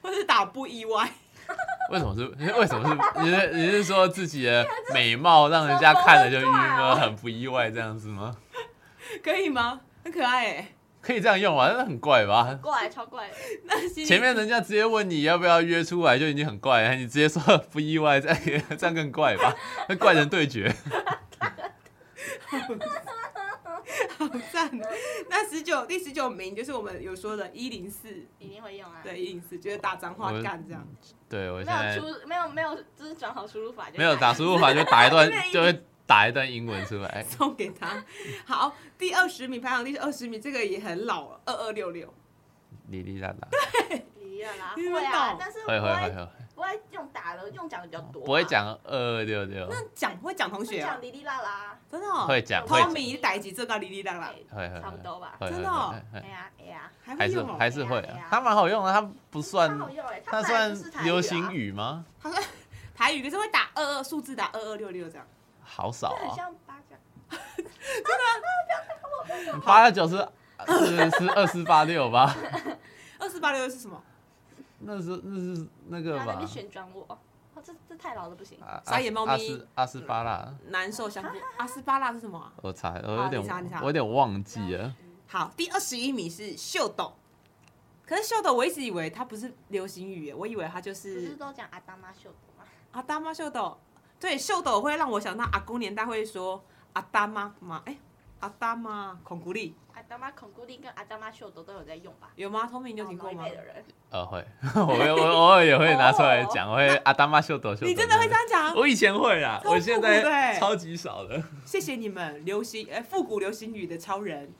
或是打不意外，
为什么是？为什么是？你是你是说自己的美貌让人家看了就郁闷，很不意外这样子吗？
可以吗？很可爱哎、
可以这样用啊，那很怪吧？
过来超怪的，
那心里
前面人家直接问你要不要约出来就已经很怪了，你直接说不意外，这样也这样更怪吧？那怪人对决，
赞。那十九第十九名就是我们有说的一零四，
一定会用啊。
对一零四，就是打脏话
我
干这样。
对我现
没有
在
输，没有没有，就是转好输入法就
没有打输入法就打一段，就会打一段英文出来。哎
送给他。好，第二十名排行第二十名，这个也很老了，二二六六。
哩哩啦啦，
离了啦，
你
会
们
啊
懂，
但是不
会会会
会
会，
不会用打的，用讲的比较多吧，
不会讲二二六六，
那讲会讲同
会
学
讲
哦，
哩哩啦啦，
真的哦。
会讲会讲
Tommy 逮几这个哩哩啦啦，
哎
会会
差不
会
多吧。
会会
真的哦
会会
哎呀哎呀，
还
还
会
是
用哦。
还是会
哎呀
啊，它蛮好用的，它不
它好
算
用哎，
它
本来
算
就是台语啊
流行，语吗？
台语可是会打二二数字打二二六六这样。
好少
这很
啊，
像八 角。
八九是呃是是二四八六吧？
二四八六是什么？
那是那是那个
他在那
吧
边？旋转我，哦，这这太老了不行。
啊
傻眼猫咪
阿斯阿斯巴拉，
难受香菇。阿斯巴拉是什么啊？
我查，我
好
有
你查你
点
查嗯
我有点忘记了，
嗯
好，第二十一名是秀斗。可是秀斗，我一直以为它不是流行语耶，我以为它就
不是
是
都讲阿达妈秀的吗？
阿大妈秀斗。对，秀斗会让我想到阿公年代会说阿大妈妈，哎、阿大妈孔古力
阿达妈孔固定跟阿达妈秀斗都有在用吧？哦
有吗？通明你有听过
老一
吗
辈？的人，
呃会， 我会我偶尔也会拿出来讲，我会阿达玛秀斗秀斗。
你真的会这样讲？
我以前会啦，
超
我现
复古的欸
在超级少了。
谢谢你们流行，哎、复古流行语的超人。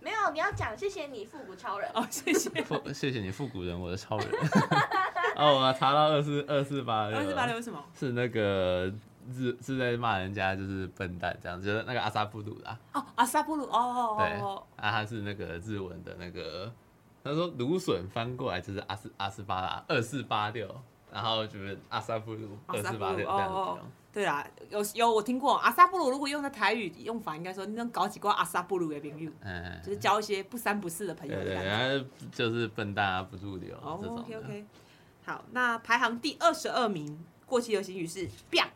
没有，你要讲谢谢你复古超人。
哦，谢 谢。
复谢谢你复古人，我的超人。 哦，我查到二四二四八六，
二四八六是什么？
是那个是是在骂人家就是笨蛋这样，就是那个阿萨布鲁啦，
哦，阿萨布鲁，哦哦
对，
哦
啊他是那个日文的那个，他说芦笋翻过来就是阿斯阿斯巴拉二四八六，然后就是阿萨布鲁
阿
二
萨
四
布
八
鲁
六这样子
哦
用
哦。，对啦，有有我听过阿萨布鲁，如果用在台语用法，应该说你能搞几个阿萨布鲁的朋友，
嗯，
就是交一些不三不四的朋友
对
的
对，
感觉。
然后就是笨蛋啊，不入流
哦
这种嗯
，OK
的。
OK，好，那排行第二十二名，过期流行语是 “biang”，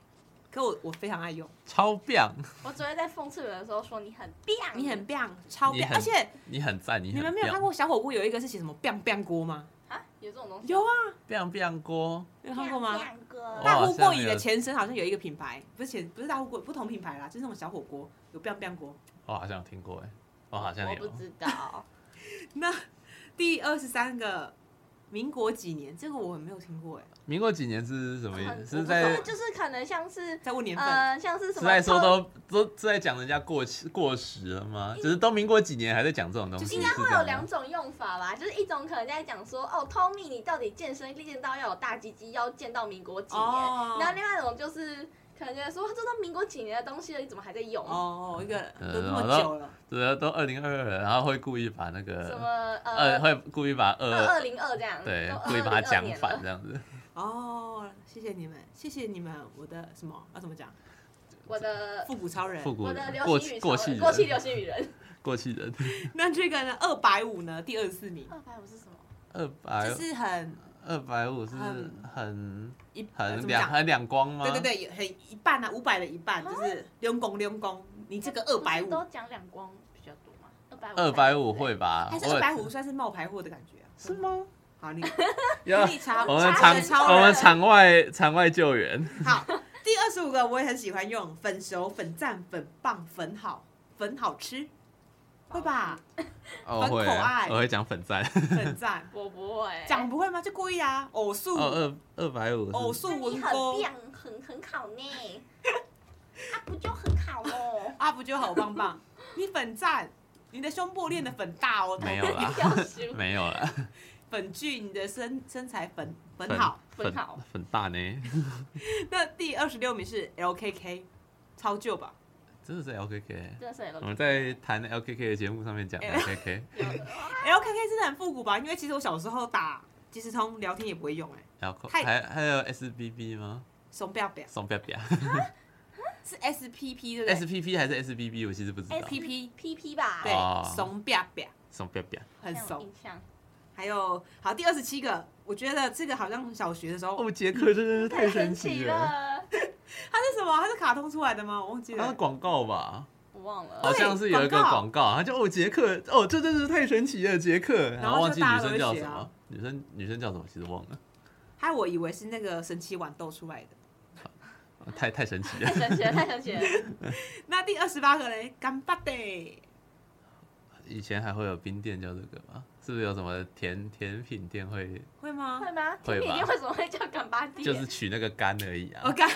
可我我非常爱用，
超棒，
我昨天在讽刺人的时候说你很变，
你很 biang，超
你
biang，
很
而且
你很赞，你
你
很
们没有看过小火锅有一个是写什么 biang biang 锅吗？
啊，有这种东西？
有啊，
棒棒锅，
有看过吗？
亮哥
大户
哇哦好像
过瘾的
有
前身好像有一个品牌，不是前不是大户过，不同品牌啦，就是那种小火锅有 biang biang 锅。
我好像有听过哎，我好像
我不
有。
知道，
那第二十三个，民国几年？这个我没有听过哎，
民国几年是什么意
我不
思？
懂
是在
就是就是可能像是
在问年份。
呃，像是什
是
么
在说
特
都都是在讲人家过期过时了吗？就是都民国几年还在讲这种东西，
就是
应
应
该
是
会
这样
有
吗
两种用法吧，就是一种可能在讲说，哦，Tommy，你到底健身练到要有大鸡鸡，要健到民国几年？
哦
然后另外一种就是可能在说，这都民国几年的东西了，你怎么还在用？
哦，一个
呃
都这么久了，
对，啊都二零二二了，然后会故意把那
什
个
么
二
呃，
会故意把
二
二
二零二这样，
呃对
都，
故意把它
2022
讲
年
反
了。
这样子。
哦，谢谢你们，谢谢你们，我的什么啊要怎么讲？
我的
复古超人
复。古
我
人
的
过
流行
气
语
过
潮
气
人过气
人
流行语人，
过气人，
那这个呢？二百五呢？第二十四名，
二百五是什么？
二
就
百
是很
二百五是
嗯
很
很
一呃
很
怎么
两
讲？
很两光吗？
对对对，有很一半啊，五百的一半，就是溜公溜公。你这个二百
不
五
是，都讲两光比较多嘛，二百五
二百五会吧？
还是
啊我
二百五算是冒牌货的感觉啊？
是吗？
好， 你
要
你查，
我们
查
场
人超
我
人
们场外场外救援，
好，第二十五个我也很喜欢用粉熟、粉赞、粉棒、粉好、粉好吃，会吧？
哦
很
会
可爱
我会讲粉 赞。
粉赞，
我不会
讲不会吗？就故意啊，偶数、
哦，二二百五，
偶数
你
文
很
勾
棒，很很考呢，啊不就很考 喽？
啊，不就好棒棒？你粉赞，你的胸部练的粉大哦，
没有 啦，
要修
没有啦，
粉巨，你的身身材粉粉好。
粉好
粉大呢，
那第二十六名是 LKK，超旧吧？
真的 是 LKK。
这是
我
L
们在谈 LKK 的节目上面
哎
讲 LKK，
LKK 真的很复古吧？因为其实我小时候打即时通聊天也不会用、哎，
然后
太
还还有 SBB 吗？
怂不要不要，
宋彪彪
是 SPP 对不对
，SPP 还是 SBB？我其实不知道。
SPP
P P 吧，
对
哦，
怂彪彪，
宋彪彪，
很
这样有
怂。
印象。
还有好，第二十七个，我觉得这个好像小学的时候，
哦，杰克真的是太神
神
奇了，
了，
它是什么？它是卡通出来的吗？我忘记
他是
哦
了。
广告吧？
我忘
好
了。
像是有一个
广告
广告，他叫哦杰克，哦这真的是太神奇了杰克，然
然后
后忘
就
记
大
女
家
生
都
叫
会
什
写啊
么，女生女生叫什么其实忘了，
害我以为是那个神奇豌豆出来的。
太太神奇了
太，神奇了，太神奇了！
那第二十八个嘞，干巴的，
以前还会有冰店叫这个吗？是不是有什么甜甜品店会
会吗？
会吗？
会吧
甜品店为什么会叫干巴店？
就是取那个干而已
我
啊？
干，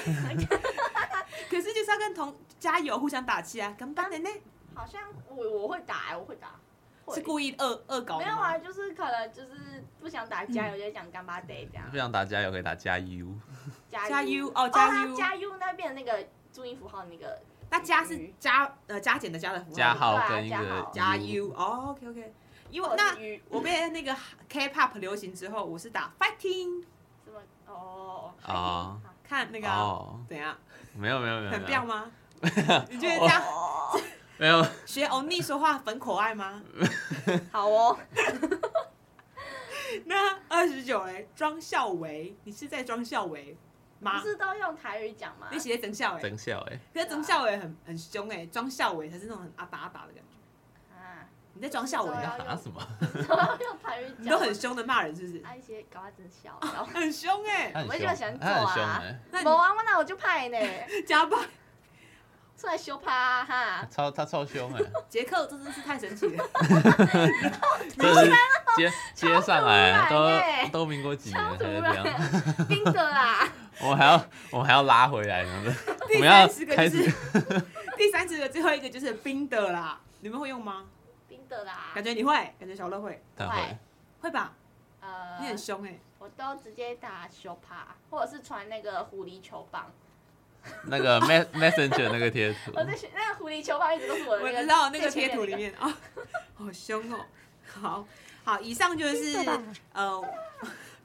可是就是要跟同加油，互相打气啊！干巴的呢，
好像我我会打，欸我会打。会
是故意恶恶搞
啊没
的哦
有啊，
吗？
就是可能就是不想打加油，就讲干巴爹这样
不。想打加油可以打加 U，
加
嗯加
U
U 哦，加
它
U，
加 U 那边那个注音符号那个
那加是加呃加减的加的符号，
加号跟一
对
个
啊
加 U 哦，OK OK，因为
或者
那
是 U
我被那个 K-pop 流行之后，我是打 fighting，
什么哦
哦
看那个啊、
哦，
怎样，
没有没有没有
很
没
棒
有
吗？
啊
你觉得这样
哦，
没有，
学欧尼说话很可爱吗？
好哦，
那二十九嘞，庄孝维，你是在庄孝维
不
吗？
是都用台语讲吗？
你写曾孝维，
真笑哎，
可是曾孝维很很凶哎、庄孝维才是那种很阿达阿达的感觉。
啊，
你在庄孝维
对
你
啊？
要
啊
打什么？
都要用台语讲，
你 都很凶的骂人是不是？
啊一些搞啊真笑。
很凶哎、
他很
我就
凶
想
他很
做
凶
啊
哎，
那
某
你
啊，我那我就派呢，
加班，
出来修趴啊哈，
超他超凶哎，
杰克真的是太神奇了。
就是接接上来
突然
都
欸
都民国几年
超
才
突
会 这样。
然，冰的啦，
我们还要，我们还要拉回来，然后 我
第
们要
三十个
开
就
始
是第三十个最后一个就是冰的啦，你们会用吗？
冰的啦，
感觉你会，感觉小乐会，
他
会
会，
会吧？你
呃
很，凶哎、
我都直接打球帕，或者是传那个狐狸球棒。
那个 mes- messenger 那个贴图，
我在学那个狐狸球棒一直都是我的
我
那个
知道那个
最前
贴图里
的
面啊、好凶哦。好好，以上就是呃，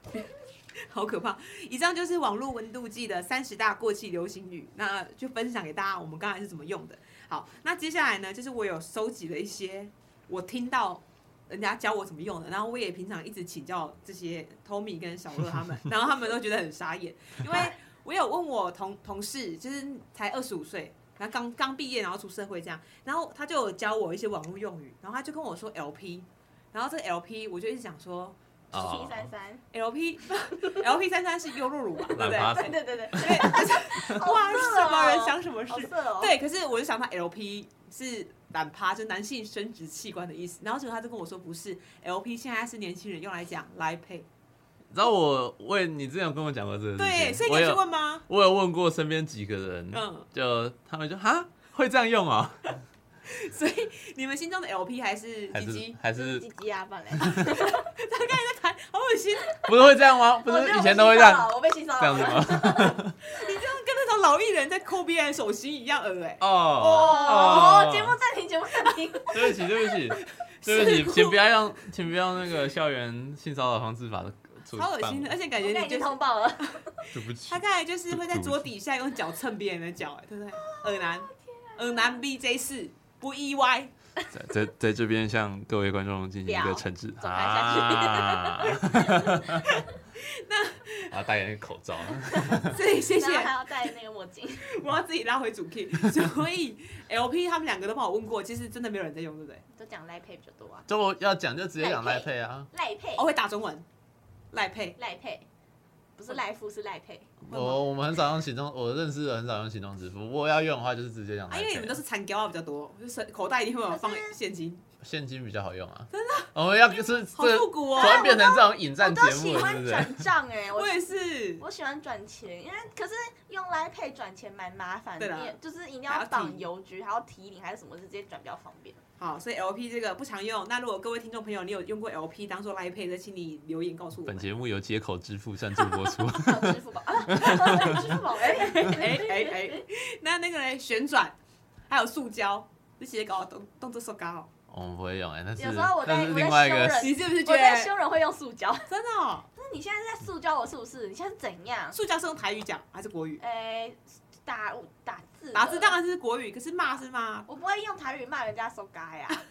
好可怕。以上就是网络温度计的三十大过气流行语，那就分享给大家我们刚才是怎么用的。好，那接下来呢，就是我有收集了一些我听到人家教我怎么用的，然后我也平常一直请教这些 Tommy 跟小乐他们，然后他们都觉得很傻眼，因为我有问我同同事，就是才二十五岁，然后刚刚毕业，然后出社会这样，然后他就有教我一些网络用语，然后他就跟我说 LP，然后这个 LP 我就一直想说
七三
哦，
三，
LP LP 三三是优酪乳吧，啊对不对？
懒趴
对对对对，
对，
好
哇，
色
什么人
哦
想什么事
好？色哦，
对，可是我就想到 LP 是懒趴，就是男性生殖器官的意思。然后结果他就跟我说，不是 LP，现在是年轻人用来讲 Line Pay。
然后我问你之前有跟我讲过这个事情，
对，所以你
我
有去
有
问吗？
我有问过身边几个人，
嗯，
就他们就哈会这样用哦，
所以你们心中的 LP 还是
还
鸡
是
鸡？
还
就是
是
鸡鸡啊，不然嘞。
好恶心，哦
不是会这样吗？不
我觉
是
得我
以
被
前都会这
性骚
样
扰我被性骚
这样
扰
子
了。
吗？
跟那种老艺人在抠别人手心一样恶哎、
哦
哦，节目暂停，节目暂停。
对不起，对 不起，对不起，请不要用，请不要用那个校园性骚扰防治法的处
超恶心的，而且感觉
我刚才
你就
已经
是
通报了，
对不起
他，刚才就是会在桌底下用脚蹭别人的脚、哎，对不对？耳男，耳男 BJ 四不意外，
在在在这边向各位观众进行一
不
个
要
惩治
走开下去
啊！ 那啊，戴点口罩，
所以谢
然
谢
后。还要戴那个墨镜。
我要自己拉回主 key，所以 LP 他们两个都帮我问过，其实真的没有人在用，对不对？
都讲赖配比较多啊，
就我要讲就直接讲赖
赖
配啊！
赖配
哦，，会打中文，赖配
赖配，不是赖夫是赖配，
会吗
我我们很少用行动，我认识的很少用行动支付，如果要用的话就是直接讲赖
啊，
配啊。
因为你们都是残胶比较多，就是口袋一定会有放
可是
现金，
现金比较好用啊，真的。我们要是
好
这
复古
突
哦。
然变成这种引
啊我
战节
都喜
目了，是
欢
不是？
转账哎，我
我也是，
我喜欢转钱，因为可是用赖配转钱蛮麻烦
对啦
的，也就是一定
还要
要
提
绑邮局，还要提领还是什么，就直接转比较方 便。
好，所以 LP 这个不常用。那如果各位听众朋友，你有用过 LP 当做赖配的，请你留言告诉我
本
们。
节目由接口支付赞助播出。
还有支付宝， 啊支 付宝哎，
哎哎哎，那那个嘞，旋转，还有塑胶，这些搞动动作手搞哦，
我们不会用哎、那是
有时候我在
那是另外一
我
个
在修人
你是不是觉
我在
得
修人会用塑胶，
真的哦？
那你现在在塑胶我是不是？你现在是怎 样？
塑胶是用台语讲还是国语？
哎，打打字的
打字当然是国语，可是骂是骂
我不会用台语骂人家搜嘎呀，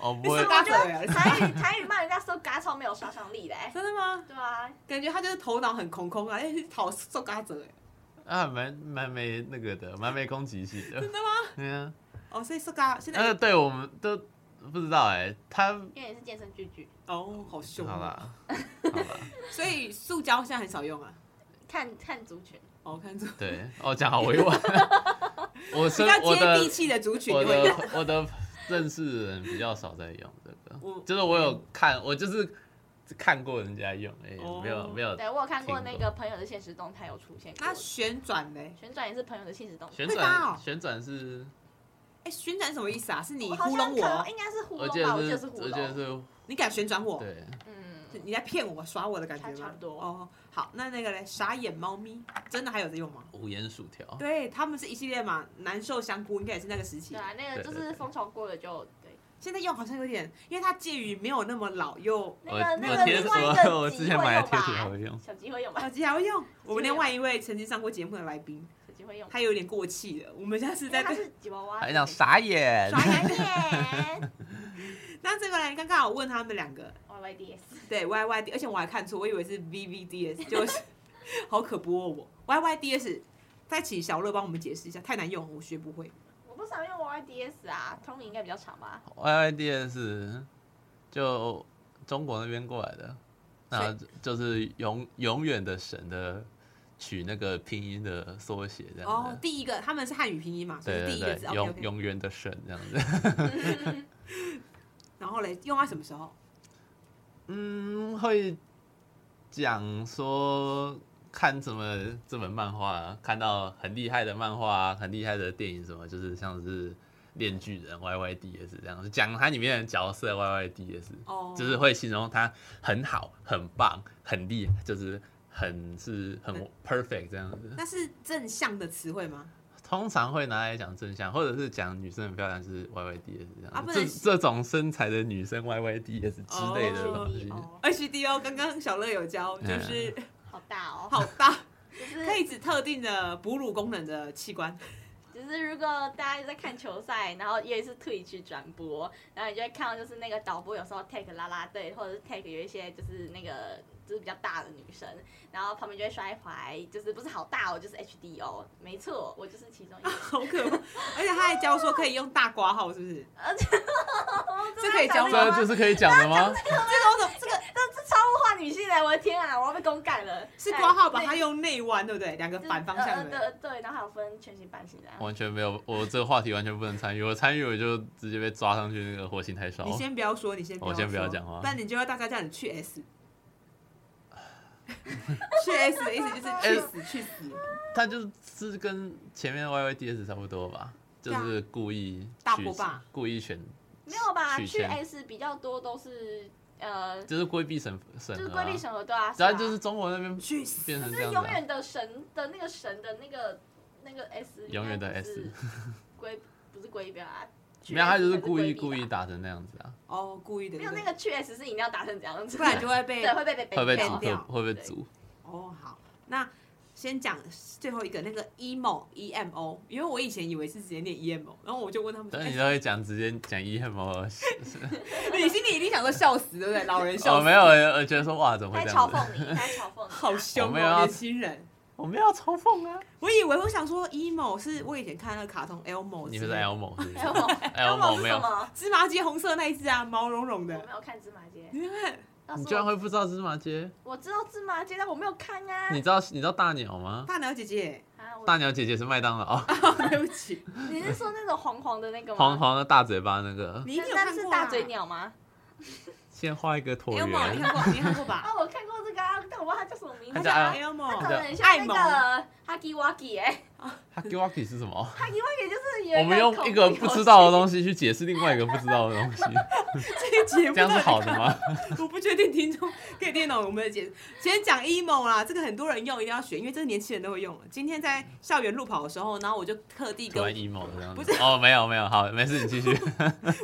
哦不
你
会
是
我
大
觉
嘴啊！
得台 语台语骂人家搜嘎超没有杀伤力的、欸，
真的吗？
对啊，
感觉他就是头脑很空空啊，哎，讨受嘎者哎。
啊，蛮蛮没那个的，蛮没攻击性 的。真的吗？对啊，
哦，所以受嘎现
但
在
是对我们都不知道哎、他
因为你是健身巨巨，
哦，好凶
好
啊！
吧，好吧，
所以塑胶现在很少用啊。
看看族群，
哦，看这
对，哦讲好委 婉。我
比
身
较
我
接
的
地气的族群
我
会用。
的我的认识的人比较少在用这
我
个，就是我有看，我就是看过人家用，哎、
哦
没有没有
对我有看过那个朋友的现实动态有出现过
那，旋转嘞？
旋转也是朋友的现实动态。
旋
会搭
转
哦
旋转是，
哎，旋转什么意思啊？是你
我好
糊
像
弄
看到
我，
应该是糊
我
弄
记
吧，我记
得是
得是哦糊
我记得
弄，
是，
你敢旋转我？
对，
嗯，
你在骗我耍我的感觉吗？
差不多
哦，好，那那个嘞，傻眼猫咪真的还有在用吗？
无盐薯条。
对他们是一系列嘛，难受香菇应该也是那个时期
对。啊，那个就是风潮过了就对。
现在用好像有点，因为它介于没有那么老 又
那个那
我
个
贴
另外一
我
个
我
集
之
会
前
用
买的贴图还
吧，
会用，
小鸡会用吧，
耳机还会用。我
啊
们另外一位曾经上过节目的来宾，
小鸡会用吧，
他有点过气了。我们现在是
因为
在
它是吉娃娃，
还想哎傻眼。
耍
傻
眼。
眼
那这个人刚刚我问他们两个，
，Y Y D S，
对 Y Y D，而且我还看错，我以为是 V V D S，就是 好可不哦我 Y Y D S。再请小乐帮我们解释一下，太难用了，我学不会。
我不常用 Y Y D S 啊，通灵应该比较长吧，
Y Y D S 就中国那边过来的，然后就是永永远的神的取那个拼音的缩写这样
哦
子，。
第一个他们是汉语拼音嘛，所以
啊对
是第
对
一个
对
字 OK
对，永
OK。
永远的神这样子。
然后嘞，用到什么时候？
嗯，会讲说看什么这本漫画、啊，看到很厉害的漫画、啊、很厉害的电影什么，就是像是《炼巨人 YYD 也是这样，讲它里面的角色 YYD 也是，
哦，
就是会形容它很好、很棒、很厉害，就是很是很
很
perfect 这样子。
那是正向的词汇吗？
通常会拿来讲正向，或者是讲女生很漂亮，就是 YYD 也是这样。
啊不能
这这种身材的女生 YYD 也是之类的
哦
东西。
哦，HDO 刚刚小乐有教，
啊
就是
好大哦，
好大，
就是
可以指特定的哺乳功能的器官。
就是如果大家在看球赛，然后也是 Twitch 转播，然后你就会看到就是那个导播有时候 take 啦啦队，或者是 take 有一些就是那个就是比较大的女生，然后旁边就会刷一排，就是不是好大哦，就是 HDO，没错，我就是其中一个。
好可怕！而且他还教说可以用大挂号，是不是？这可以教
讲
吗
这
这
就是可以讲的吗？
这个我怎么这个
这超物化女性的，我的天啊，我要被公干了。
是挂号吧？
哎
它用内弯，对不对？两个反方向
对、
的。
呃、对对，然后还有分全形半形的啊。
完全没有，我这个话题完全不能参与，我 参与我就直接被抓上去那个火星太烧
你。先不要说，你先不要
哦我先不要
说
讲话
不然你就要大家叫你去 S。去 S 的意思就是去死去死，
他就是跟前面 YYDS 差不多吧，就
对啊
是故意
大
取
波霸
故意选，
没有吧？
曲
去
线
S 比较多都是呃，
就是规避审审
就是
核
规
啊、
避审核对啊，
然后
吧
就是中国那边
去死！
变成这
就
样
是
子、
永
啊，
远的神的那个神的那个那个 S，
永远的 S
应该不是规不是规标啊，去
没有他
S
就是
才
故意
规避吧
故意，打成那样子啊，
哦，故意的。
没有
对
那
不
个去 S 是一定要打成这样
对
子，
不然就会被
对会被被
会被
被
组
打
会
掉
会被
对
组，
哦好。那先讲最后一个那个 emo E M O，因为我以前以为是直接念 E M O，然后我就问他们说，
但
哎
你都会讲直接讲 emo，
你心里一定想说笑死，对不对？老人
我
笑死
哦没，有，我觉得说哇怎么
他
会
在
这
嘲
样子？
讽你，他在嘲讽你，啊
好凶
我
哦，
没有啊要
年轻人。
我们要嘲讽啊！
我以为我想说 emo 是我以前看那个卡通 Elmo，
你们是
之类的
Elmo 是不是
嘲讽。
？Elmo
是
哎没
什
有，
么？
芝麻街红色那一只啊，毛茸茸
我
的
没。有看芝麻街，
你看，
但
你
是
居然
我
会不知道芝麻街？
我知道芝麻街，但我没有看啊。
你知道你知道大鸟吗？
大鸟姐姐， 哦
啊，我
大鸟姐姐是麦当劳，
对不 起，
你是说那种黄黄的那个吗？
黄黄的大嘴巴那个，
你一
那，
定有
那
看
是
过啊
大嘴鸟吗？
先画一个椭
Elmo，你
圆，
看过？你看过吧？
啊，我看过这个啊，但我不知道它叫什么名
它
字
叫它
啊。它长
Elmo，
得很像那个 Huggy Wuggy 哎
它 g i w a k i 是什么？
，Huggy Wuggy 就是有
我们用一个不知道的东西去解释 另外一个不知道的东西，
这一节目
这样是好
到
的
底，
吗？
我不确定听众可以听懂我们的解。先讲 emo 啦，这个很多人用，一定要学，因为这个年轻人都会用。啊今天在校园路跑的时候，然后我就特地
突
跟
然 emo 这样
不
子。哦，没有没有，好，没事，你继续。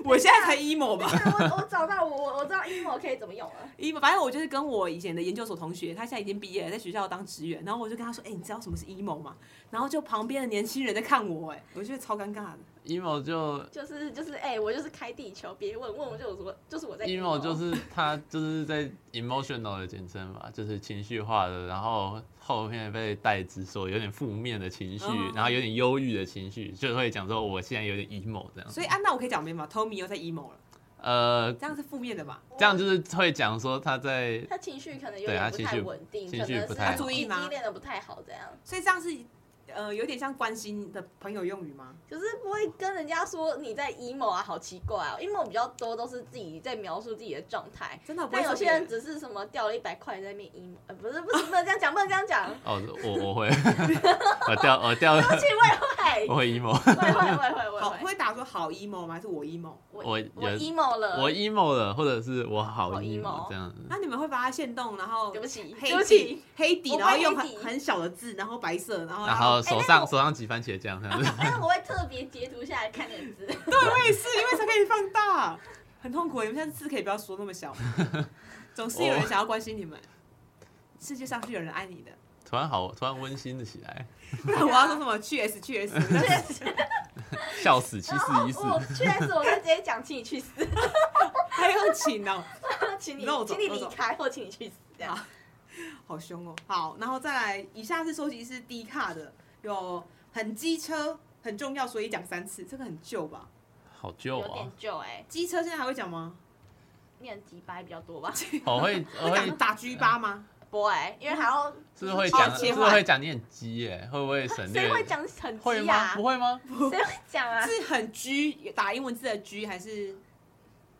我现在才 emo 吧
西。 我我找到我我我知道 emo 可以怎么用了。
emo，反正我就是跟我以前的研究所同学，他现在已经毕业了，在学校当职员，然后我就跟他说，哎、你知道什么是 emo 吗？然后就旁边的年轻人在看我、哎，我觉得超尴尬的。
emo 就
就是就是哎、我就是开地球，别问问我就有什么，就是我在
emo 就是它就是在 emotional 的简称嘛，就是情绪化的，然后后面被代指说有点负面的情绪
嗯，
然后有点忧郁的情绪，就会讲说我现在有点 emo 这样。
所以安娜，我可以讲没吗？Tommy 又在 emo 了，
呃，
这样是负面的吧？
这样就是会讲说他在
他情绪可能有
对他
点不
情
太
绪
稳定，
情
可
绪
能
不
是
太
好注意吗
已经练的不太好，这样
所以这样是呃有点像关心的朋友用语吗？
就是不会跟人家说你在 emo 啊，好奇怪哦。emo 比较多都是自己在描述自己的状态，
真的不会
但
说
有
别
些人只是什么掉了一百块在那边 emo，、呃、不是不行，不能这样讲，不能这样讲，
哦，我我会， 我掉我掉
对不起，
我
我
会 emo，
也会，会会会会
好
会会，
会打说好 emo 吗？还是我 emo？
我
我
有
我 emo 了，
我 emo 了，或者是我好
呃好
emo
emo
这样子。
那你们会把它限动，然后
对不起，
哦黑
对不
底
起，
黑底，
我不
然后
会
用
黑
很
底
很小的字，然后白色，然后
然后手
那
上、
我
手上挤番茄酱这样 子，
但是我会特别截图下来看那个字。
对，我也哎是，因为才可以放大，很痛苦。你们现在字可以不要说那么 小吗，总是有人想要关心你们。世界上是有人爱你的，
突然好，突然温馨了起来，
不
啊
然我要说什么去 S 去 S？
确 实，
笑死七四一四，
我确实，我就直接讲，请你去死，
还有请哦，
请你
那我，走
请你
那我
离
走
开，或请你去死，这样。
好凶哦。好，然后再来，以下是收集是低卡的，有很机车很重要，所以讲三次，这个很旧吧？
好旧
有
哦
啊
点，旧哎，
机车现在还会讲吗？
念几掰比较多吧
我会我
会
会
讲打 G 八 吗？
，boy，因为还要
是会讲
哦
是
切
不
换
是会讲你很鸡耶，会不会省略
谁？会讲很
会
急
吗？
啊
不？会吗？
谁会讲啊？
是很 G 打英文字的 G 还是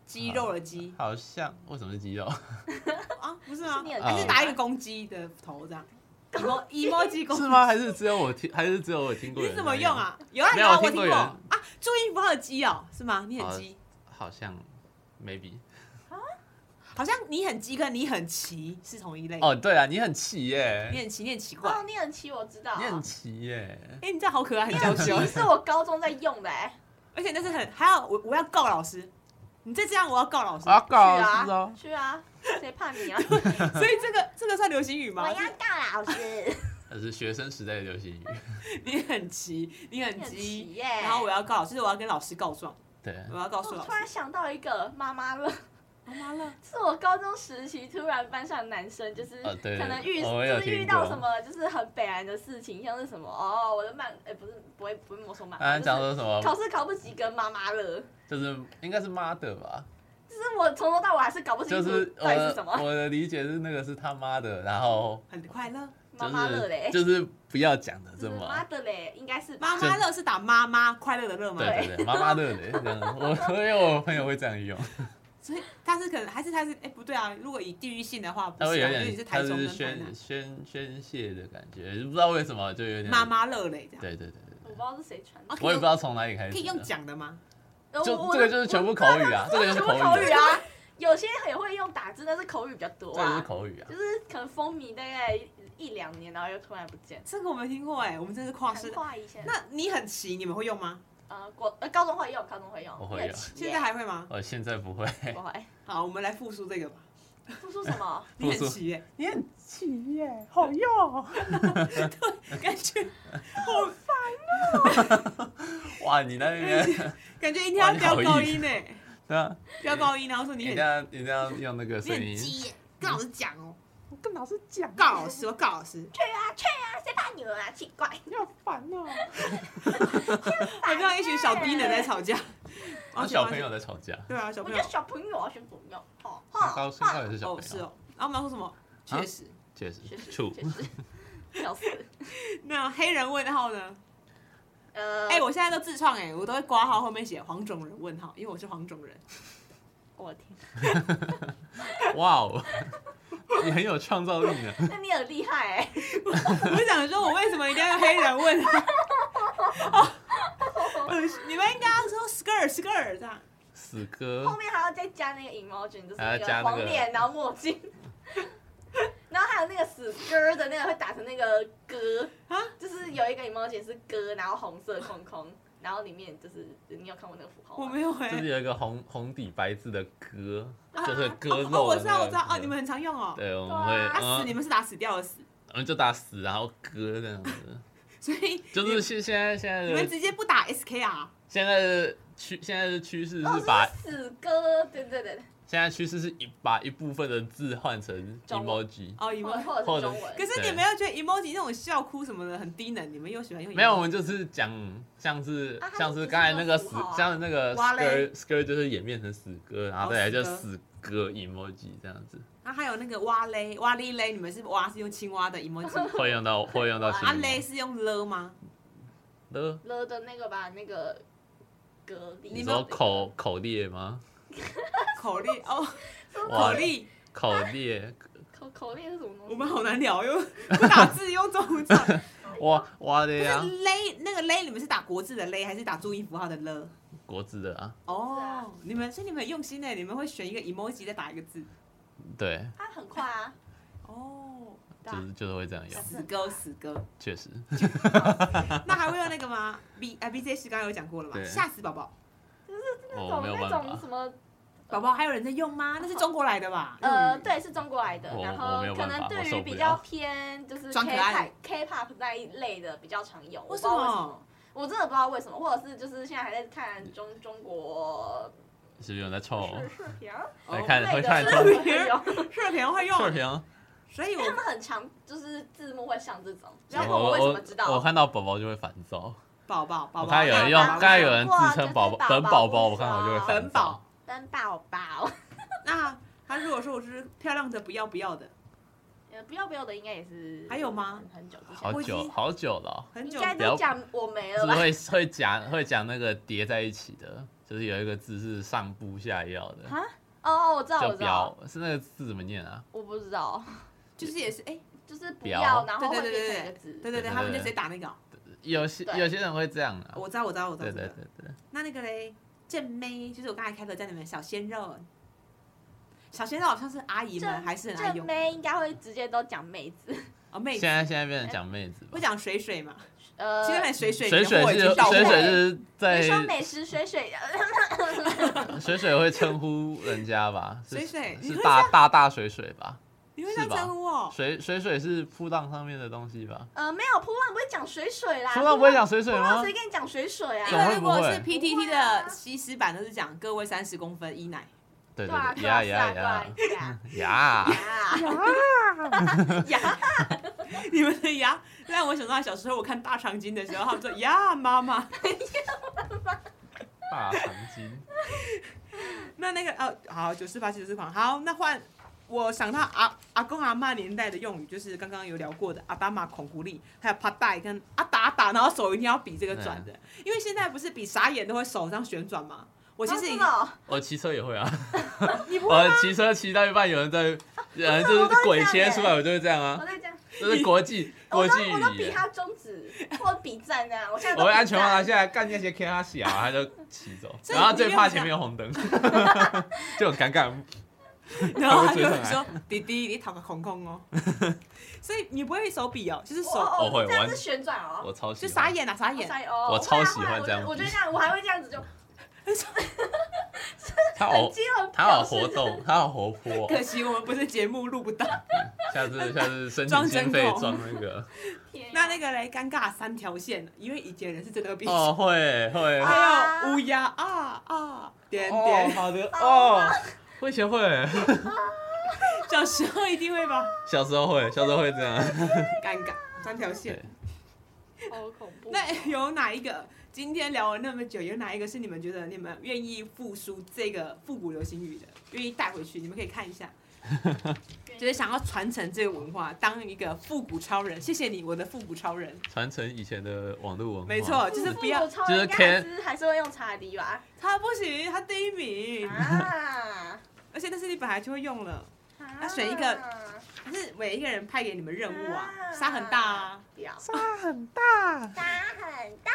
肌肉的肌
好像为什么是鸡肉？
啊？不是吗
是你？很啊
还是
鸡
打一个公鸡的头这样？emo
哦
emo 鸡公
是吗？还是只有我听？还是只有我听过？
你怎么用？啊？有啊，
没
有
有
啊，
我
我
听
听
过
过
有人
啊，注意不好的鸡哦，是吗？你很
好
鸡，
好像 maybe
好像你很鸡跟你很奇是同一类。
哦，对啊，你很奇耶、
你很奇，你很奇怪。
哦，你很奇，我知道啊。
你很奇耶、
哎、你这样好可爱，很
你
娇
很
羞。
奇是我高中在用的哎。
而且那是很还有我我要告老师，你再这样我要告老师。
我要
去
告老师
啊
哦，，
去啊，谁怕你 啊？
所以这个这个算流行语吗？
告老师。
那是学生时代的流行语。
你很奇，你很
你很
鸡
奇，耶。
然后我要告老师，就是我要跟老师告状，
对，啊
我要告诉
我
老
哦突
师。
然想到一个妈妈乐，
妈妈了，
是我高中时期突然班上男生就是
哦对
可能遇、
我有
就是遇
听
到
过
什么就是很北然的事情，像是什么哦我的漫哎、不是不会不会没收漫，
啊，
画，
你
就
讲
是
说什么？
考试考不及格妈妈乐，
就是应该是 mother 吧，
就是我从头到尾还是搞不清
就
楚
是呃我
到底是
的
什么
我的理解是那个是他妈的，然后
很快乐。
妈
就
妈乐嘞
是，就是不要讲的这
是
么啊
妈。的嘞，应该是
妈妈乐是打妈妈快乐的乐吗？
对对对，妈妈乐的这样，我我因为我朋友会这样用，
所以他是可能还是他是哎、不对啊，如果以地域性的话，不
他会
是、
有
啊，因为你
点
是
他
台中
是
跟台南
宣。宣宣泄的感觉，不知道为什么就有点
妈。妈乐嘞，这样。
对对对对
我不知道是谁传的
啊，
我也不知道从哪里开始
可以用
的。
讲的吗？
呃
就
我
这个就是全部口语啊，这个就是
全部
口语
口语
啊，
啊，有些也会用打字，但是口语比较
这
多
个就是
啊，
口语啊
就。是可能风靡大概一一两年，然后又突然不见，
这个我没听过哎、我们真是跨世
昙。花一现。
那你很奇，你们会用吗？
呃，国呃高中会用，高中会用，
我会
很
用
奇耶
现在还会吗？
我现在不会，
不会。
好，我们来复述这个吧。
付出什 么？
你
复
很哎
述
奇 耶、
你很
奇耶、好用、
哦
感觉好，
哇，你那 边
感觉一定要飙高音呢、
对啊，
飙高音，然后说
你
你
一
很
定要一定要用那
你
个哎声
很
音，
鸡耶、跟老师讲哦、
我跟老师讲，
告老师，我告老师，
啊，谁怕你们啊？奇怪，
你好烦哦、
我知道一群小低能在 吵架，
然啊后小朋友在吵架，
对啊，小
我
朋
觉
友
得小朋友啊，选怎么用？哦，
高身高
哦，
也是小
哦
朋
是
友，啊
哦，然后我们要说什么？确实，
确实
确实，
处
确实，笑死。
那黑人问号呢？
呃，
哎、我现在都自创哎、我都会挂号后面写黄种人问号，因为我是黄种人。
我天，
哇哦，你很有创造力呢。
那你很厉 害哎，
我想说，我为什么一定要用黑人问号？哦恶心你们应该要说 skirt skirt 这样，
死哥，
后面还要再加那个 emoji，就是
还
那
要加那
个
个
黄脸，然后墨镜。 然后还有那个死歌的那个会打成那个歌
啊，
就是有一个 emoji 是歌，然后红色空空，然后里面就是你有看过那个符号
我
吗？
没有哎、
就是有一个红红底白字的割，
啊
就是割
哦，
肉
我
的那个。
知道，我知道，哦，你们很常用哦。
对，我们
对啊
打死
会，
你
嗯，
们是打死掉的死，
我们就打死，然后割这 样子。
所以
就是现现在现在
你们
的
直接不打 SKR，
现在的趋现在的趋势
哦，
是
是
把
死歌，对对对，
现在趋势是一把一部分的字换成
中文
emoji。
哦，你
或者
们。
或
或者是
者
中文。
可是你们又觉得 emoji 那种笑哭什么的很低能，你们又喜欢用 emoji。
没有，我们就是讲像是
啊
像是刚才那个死
它就是，
像是那个
哇嘞
skr skr 就是演变成死歌，然后再来就
哦
死歌 emoji 这样子，
然后还有那个蛙嘞，蛙哩嘞，你们是蛙是用青蛙 的 emoji，
会用到会用到
哇
新
啊
闻
嘞是用了吗？
的，
了的那个吧，那个隔离。
你
你
们
说口口裂吗？
口令哦，口
哇
令，
口裂，
口口令是什么东西？
我们好难聊，又不打字用中 文讲。
哇哇的
不
呀
是，勒那个勒，你们是打国字的勒，还是打注音符号的了？
国字的啊，
是啊
哦，你们所以你们很用心呢，你们会选一个 emoji 再打一个字。
对，
啊，很快啊，
哦，
就
打
是就是会这样用，
死哥死哥，
确实，
那还会用那个吗？B 啊 B J 是刚刚有讲过了嘛？
对
吓死宝宝，
哦我没有
那
办
种
法
什。么
宝宝还有人在用吗？那是中国来的吧？
呃，
日语，
对，是中国来的，
我
然
我
后
没有
可
办法
能
我
对
受
于
不
比
了
较偏就是
装可爱
K-pop K-pop 那一类的比较常用，我不
为
知
什
道为什么
么？？
我真的不知道为什么，或者是就是现在还在看中中国
是不是有人在臭？
视视频啊
来
哦
看
类
哦哎会
的
看
视
中
国
频有，
视频会用，
视频，
所以我
他们很常就是字幕会上这种，
然
然
后
后我为什么
我
知
我
道？
看到宝宝就会烦躁。
宝宝宝宝，
我看哦有人用，
宝宝
刚才有人自称宝
哇
宝
这是
本宝宝，
宝宝
我看我就会
本
烦
宝
躁。。
本宝宝，
那他如果说我是漂亮的不要不要的，
呃，不要不要的应该也是
还有吗？
很很久之前
好
我已
久
经
好久了
很
应
久
该
不要
都讲我 没
哦，
了
是
吧？
会会讲会讲那个叠在一起的，就是有一个字是上部下药的，
啊
哈？哦，我知道，我
叫
知道，
标，是那个字怎么念啊？
我不知道，
就是也是哎，
就是不
表
要，然后
对
会
对对
变成
对
一个
对
字。
对对，
对
他们就
对
直接打那个哦，
有些
对
有些人会这样啊，
我知道，我知道，我知道。我
对
知
对
道
对对，
那那个嘞，正妹就是我刚才开头讲你们小鲜肉，小鲜肉好像是阿姨们
正
还是很爱
正
用
妹应该会直接都讲妹子，
哦，妹
现
子
在现在变成讲妹子吧
不，讲水水嘛，
呃，
其实那水水
水水
我已
是
经到
水
位
水
了，
是
你说
在
美食水水，呃
水水会称呼人家吧，是
水水你
是
会
大大大水水吧，
你会这样
是吧
称呼哦？
水水水是铺浪上面的东西吧？
呃，没有，波浪不会讲水水
啊
啦，
铺浪不会讲水水
波浪
吗
谁？跟你讲水水
因
怎么
啊？
为
会
如
不
果
会
是 PTT
不会啊
的西施版，都是讲各位三十公分一奶，
对
对啊，
对，
对啊，
呀
对啊，
呀
对啊
呀
对啊，
呀！
呀呀，
你们的牙让我想到小时候我看大长今的时候，他们说呀妈妈，
大长今，
那那个哦好九四八七九四旁好，那换我想到阿阿公阿嬷年代的用语，就是刚刚有聊过的阿达玛孔古力，还有帕带跟阿达达，然后手一定要比这个转的，因为现在不是比傻眼都会手这样旋转吗？我其实已经
哦真的哦
我骑车也会啊，
你不会
我骑车骑到一半，有人在，有人就是鬼切出来，我就会这样
我
啊，
在讲，
这是国际
我
国
都
际
我都
语
比
言。
他中指或比赞啊，我现在都
我会
比
安全帽拿
赞
下来，干那些 K 他洗啊，他就骑走，
所以
然后
你
最
不
怕
用
前面有红灯，就很尴尬。
然后他就会说：“弟弟，你躺个空空哦。”所以你不会手比哦，就是
哦
手
哦
我会
这样
玩
是旋转哦，
我超喜
就
欢，
傻眼啊，傻眼。
塞哦，
我
会
超
啊
喜
会啊
欢
我
这样
就我
比
就这样，我还会这样子就
他
很
好
激动，
他好活动，他好活泼哦。
可惜我们不是节目录不到。
下次下次申
装
请
针
经费
孔
装那个
那那个嘞，尴尬三条线，因为以前人是真的比。
哦，会会
还有乌鸦啊啊，点
哦，
点，
好的哦，会学会，
小时候一定会吧？
小时候会，小时候会这样。
尴尬三条线
对。
个好恐怖
那哎有哪一个？今天聊了那么久，有哪一个是你们觉得你们愿意复苏这个复古流行语的，愿意带回去？你们可以看一下，
嗯
就是想要传承这个文化，当一个复古超人。谢谢你，我的复古超人。
传承以前的网络文化，
没错，就是不要
超
就是
应该还
Ken-
是还是会用查理吧？
他不行，他第一名，
啊，
而且那是你本来就会用了。
那
选一个可是每一个人派给你们任务啊，
啊
沙很大啊。
不要，
沙很大，
打很大，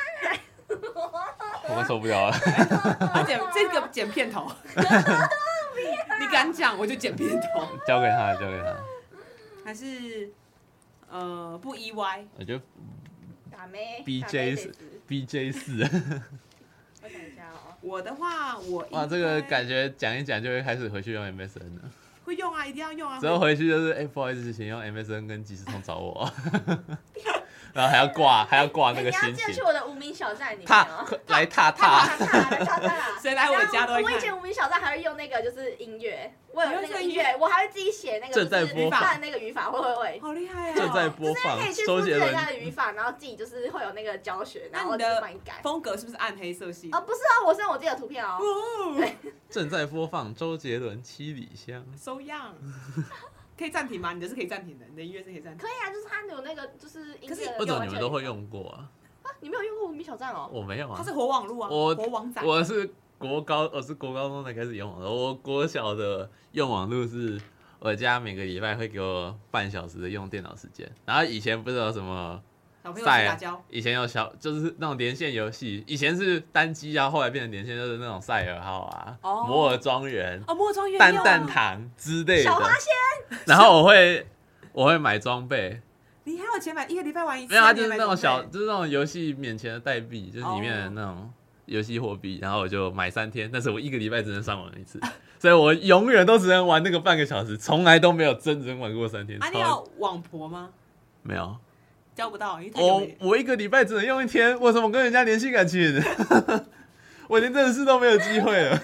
我们受不了了。啊
而且这个剪片头，你敢讲我就剪片头，
交给他，交给他。
还是呃不意外，
我觉得
打妹
BJ
是
是，B J 四，
我想一下哦，
我的话我
哇，
应
这个
该
感觉讲一讲就会开始回去用 MSN 了。
会用啊，一定要用啊。
之后回去就是，哎、不好意思，请用 MSN 跟即时通找我。 然后还要挂，还要挂那
哎
个
你要
心
进去
情。
我的无名小站里面
踏
哦。
来踏
踏
踏，
踏来踏踏
谁来我家都会
我以
看
前。无名小站还会用那个，就是音乐，我有那个音
你会
乐，我还会自己写那个
正在
就是
播
语
放
法那个语法，会会会，
好厉害
正在
啊！
播放
可以去
周
复制
杰
人
伦。
家的语法，然后自己就是会有那个教学，
那
然
你
后就
的
帮你改。
风格是不是暗黑色系
哦，？不是哦，我是用我自己的图片哦。
哦
正在播放周杰伦《七里香》。
，so young，可以暂停吗？你的是可以暂停的，你的音乐是可以暂停。
可以啊，就是它有那个就是音
可是
乐，
为什么你们都会？用过啊？
你没有用过无名小站哦？
我没有
它
啊
是，活网路啊，
我
活网仔。
我是国高，我是国高中才开始用网络。我国小的用网络是我家每个礼拜会给我半小时的用电脑时间。然后以前不知道什么。
小朋友
赛
打交，
以前有小就是啊那种连线游戏，以前是单机啊，后来变成连线就是那种赛尔号啊、
哦
摩尔庄园、
哦，莫庄园
蛋
也有啊
蛋堂之 类
小
的
花。仙，
然后我会我会买装备，
你还有钱买一个礼拜玩一次？
没有，它
你
就是
还买
那
装
种小，
备
就是那种游戏免钱的代币，就是里面的那种游戏货币。然后我就买三天，但是我一个礼拜只能上网一次， 所以我永远都只能玩那个半个小时，从来都没有真人玩过三天。
啊，你
超
有网婆吗？
没有？
交不到，因为太久
我
没
我一个礼拜只能用一天，我怎么跟人家联系感情？ 我连认识都没有机会了。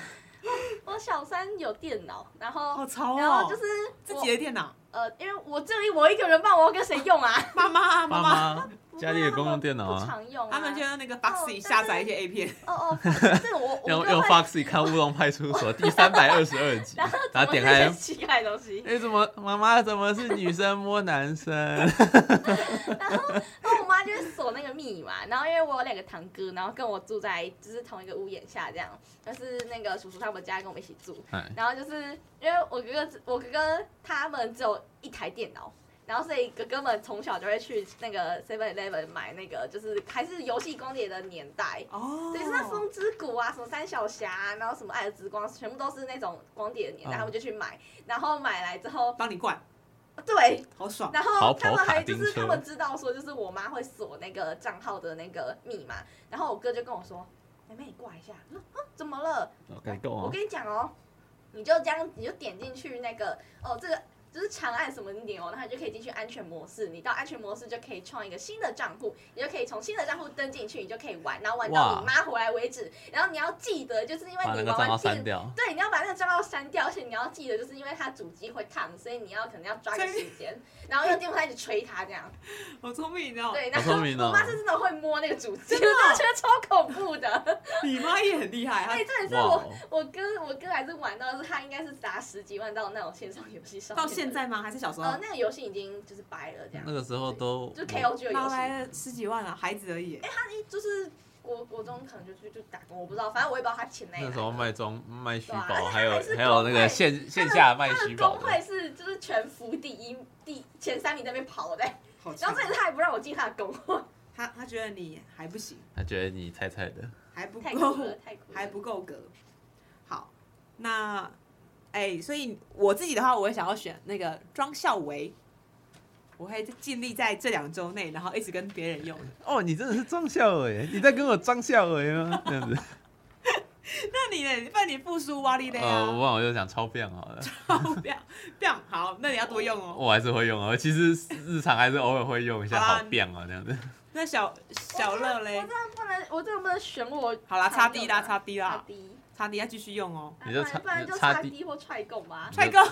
我小三有电脑，然后
好潮
然
哦
后，就是
自
我
己的电脑，
呃，因为我这里我一个人办，我要跟谁用啊？
妈妈啊妈妈，
妈 家里有公用电脑
不
啊，
常用啊。
他们就用那个 Foxy 下载一些 A 片，
哦 哦，这个我我
用
就
用
会
Foxy 看《乌龙派出所》 第三百二十二集，然啊后点
我
开
那些。奇怪的东西。
哎、怎么妈妈怎么是女生摸男生？
然后我妈就会锁那个密码，然后因为我有两个堂哥，然后跟我住在就是同一个屋檐下，这样，就是那个叔叔他们家跟我们一起住
哎，
然后就是因为我哥哥我哥哥他们只有一台电脑。然后所以哥哥们从小就会去那个 Seven Eleven 买那个，就是还是游戏光碟的年代。
哦，
对，是那《风之谷》啊，什么《三小侠、啊》，然后什么《爱的之光》，全部都是那种光碟的年
嗯
代，他们就去买，然后买来之后，
帮你灌，
对，
好爽。
然
逃
后
跑
他们还
卡丁
就是
车
他们知道说，就是我妈会锁那个账号的那个密码，然后我哥就跟我说：“妹妹，你过来一下。”我说：“嗯，怎么了？”
好感动
我
哦，
跟你讲哦，你就这样，你就点进去那个哦，这个就是长按什么你点哦，然后你就可以进去安全模式。你到安全模式就可以创一个新的账户，你就可以从新的账户登进去，你就可以玩，然后玩到
哇
你妈回来为止。然后你要记得，就是因为
把那
你
个账
玩
号
完
删
电。
掉。
对，你要把那个账号删掉，而且你要记得，就是因为它主机会烫，所以你要可能要抓个时间，然后用电风扇一直吹它这样。
好聪明哦！
对，
好
然后
聪明哦
我妈是真的会摸那个主机，
真的哦啊
我觉得超恐怖的。
你妈也很厉害，
哎，
她
这也是
哇
我
哦，
我哥我哥还是玩到，是他应该是砸十几万到那种线上游戏上面
到现，在吗？还是小时候
呃，？那个游戏已经就是掰了这样
那，个时候都
就 KOG 的
拿
游戏，
来了十几万啊，孩子而已。
哎就是国国中可能就去就打工，我不知道，反正我也不知道他钱哪里
那
来
时
的。
候卖装卖虚
对啊而且
宝，
他
还有
还是
还有那
公会
个线
他
线
的
下卖
他
虚
的
宝
工
的，
会是就是全服第一第前三名在那边跑 的、
好
然
强
后！这里他还不让我进他的工会，
他他觉得你还不行，
他觉得你菜菜的，
还不
太酷
够
了，，太酷了，
还不够格。好，那哎、所以我自己的话，我会想要选那个庄孝维，我会尽力在这两周内，然后一直跟别人用。
哦，你真的是张孝伟，你在跟我张孝伟吗？这样子，
那你呢？那你复苏哇哩的
呃，我
呀，
忘了我就讲超变好了，
好不要不要好，那你要多用哦。
我还是会用啊，其实日常还是偶尔会用一下，
好啦
好变啊这 样子。
那小小乐嘞
我，真的不能，我真的不能选我
好啦，
常
擦
用
低啦，
的
擦低
差
啦，
低，啊
擦低要继续用哦。
你就
不
差
然不然
你
就
就差
差
低
低或踹狗 吧，
帅哥，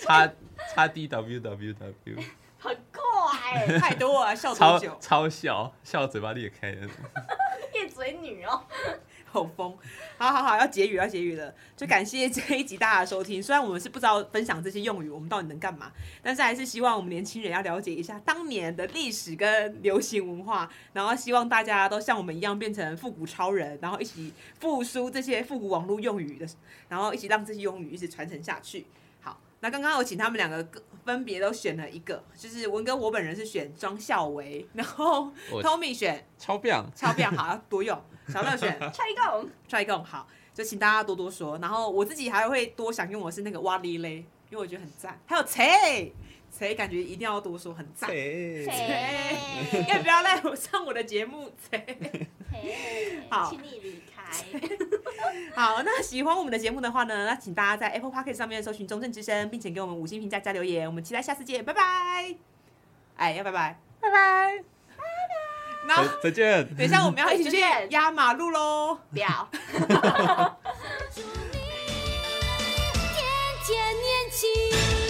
叉叉 D W W W，
很怪、欸，
太多了，笑多
超
久？
超笑，笑嘴巴裂开的。
夜嘴女哦。
口风，好好好，要结语，要结语了。就感谢这一集大家的收听。虽然我们是不知道分享这些用语，我们到底能干嘛，但是还是希望我们年轻人要了解一下当年的历史跟流行文化，然后希望大家都像我们一样变成复古超人，然后一起复苏这些复古网络用语的，然后一起让这些用语一直传承下去。好，那刚刚我请他们两个各分别都选了一个，就是文哥我本人是选庄孝维，然后
我
Tommy 选
超变，
钞票好要多用，小乐选
踹狗，
try 更好，就请大家多多说。然后我自己还会多想用我是那个哇哩嘞，因为我觉得很赞。还有谁谁感觉一定要多说，很赞。
谁
要不要来我上我的节目？谁？好
请你离开。
好，那喜欢我们的节目的话呢，那请大家在 Apple Podcast 上面搜寻“中正之声”，并且给我们五星评价加留言。我们期待下次见，拜拜。哎，要拜拜，拜拜，拜拜。然后
再再见。
等一下我们要一起去压马路喽。
不 要。
祝你天天年轻。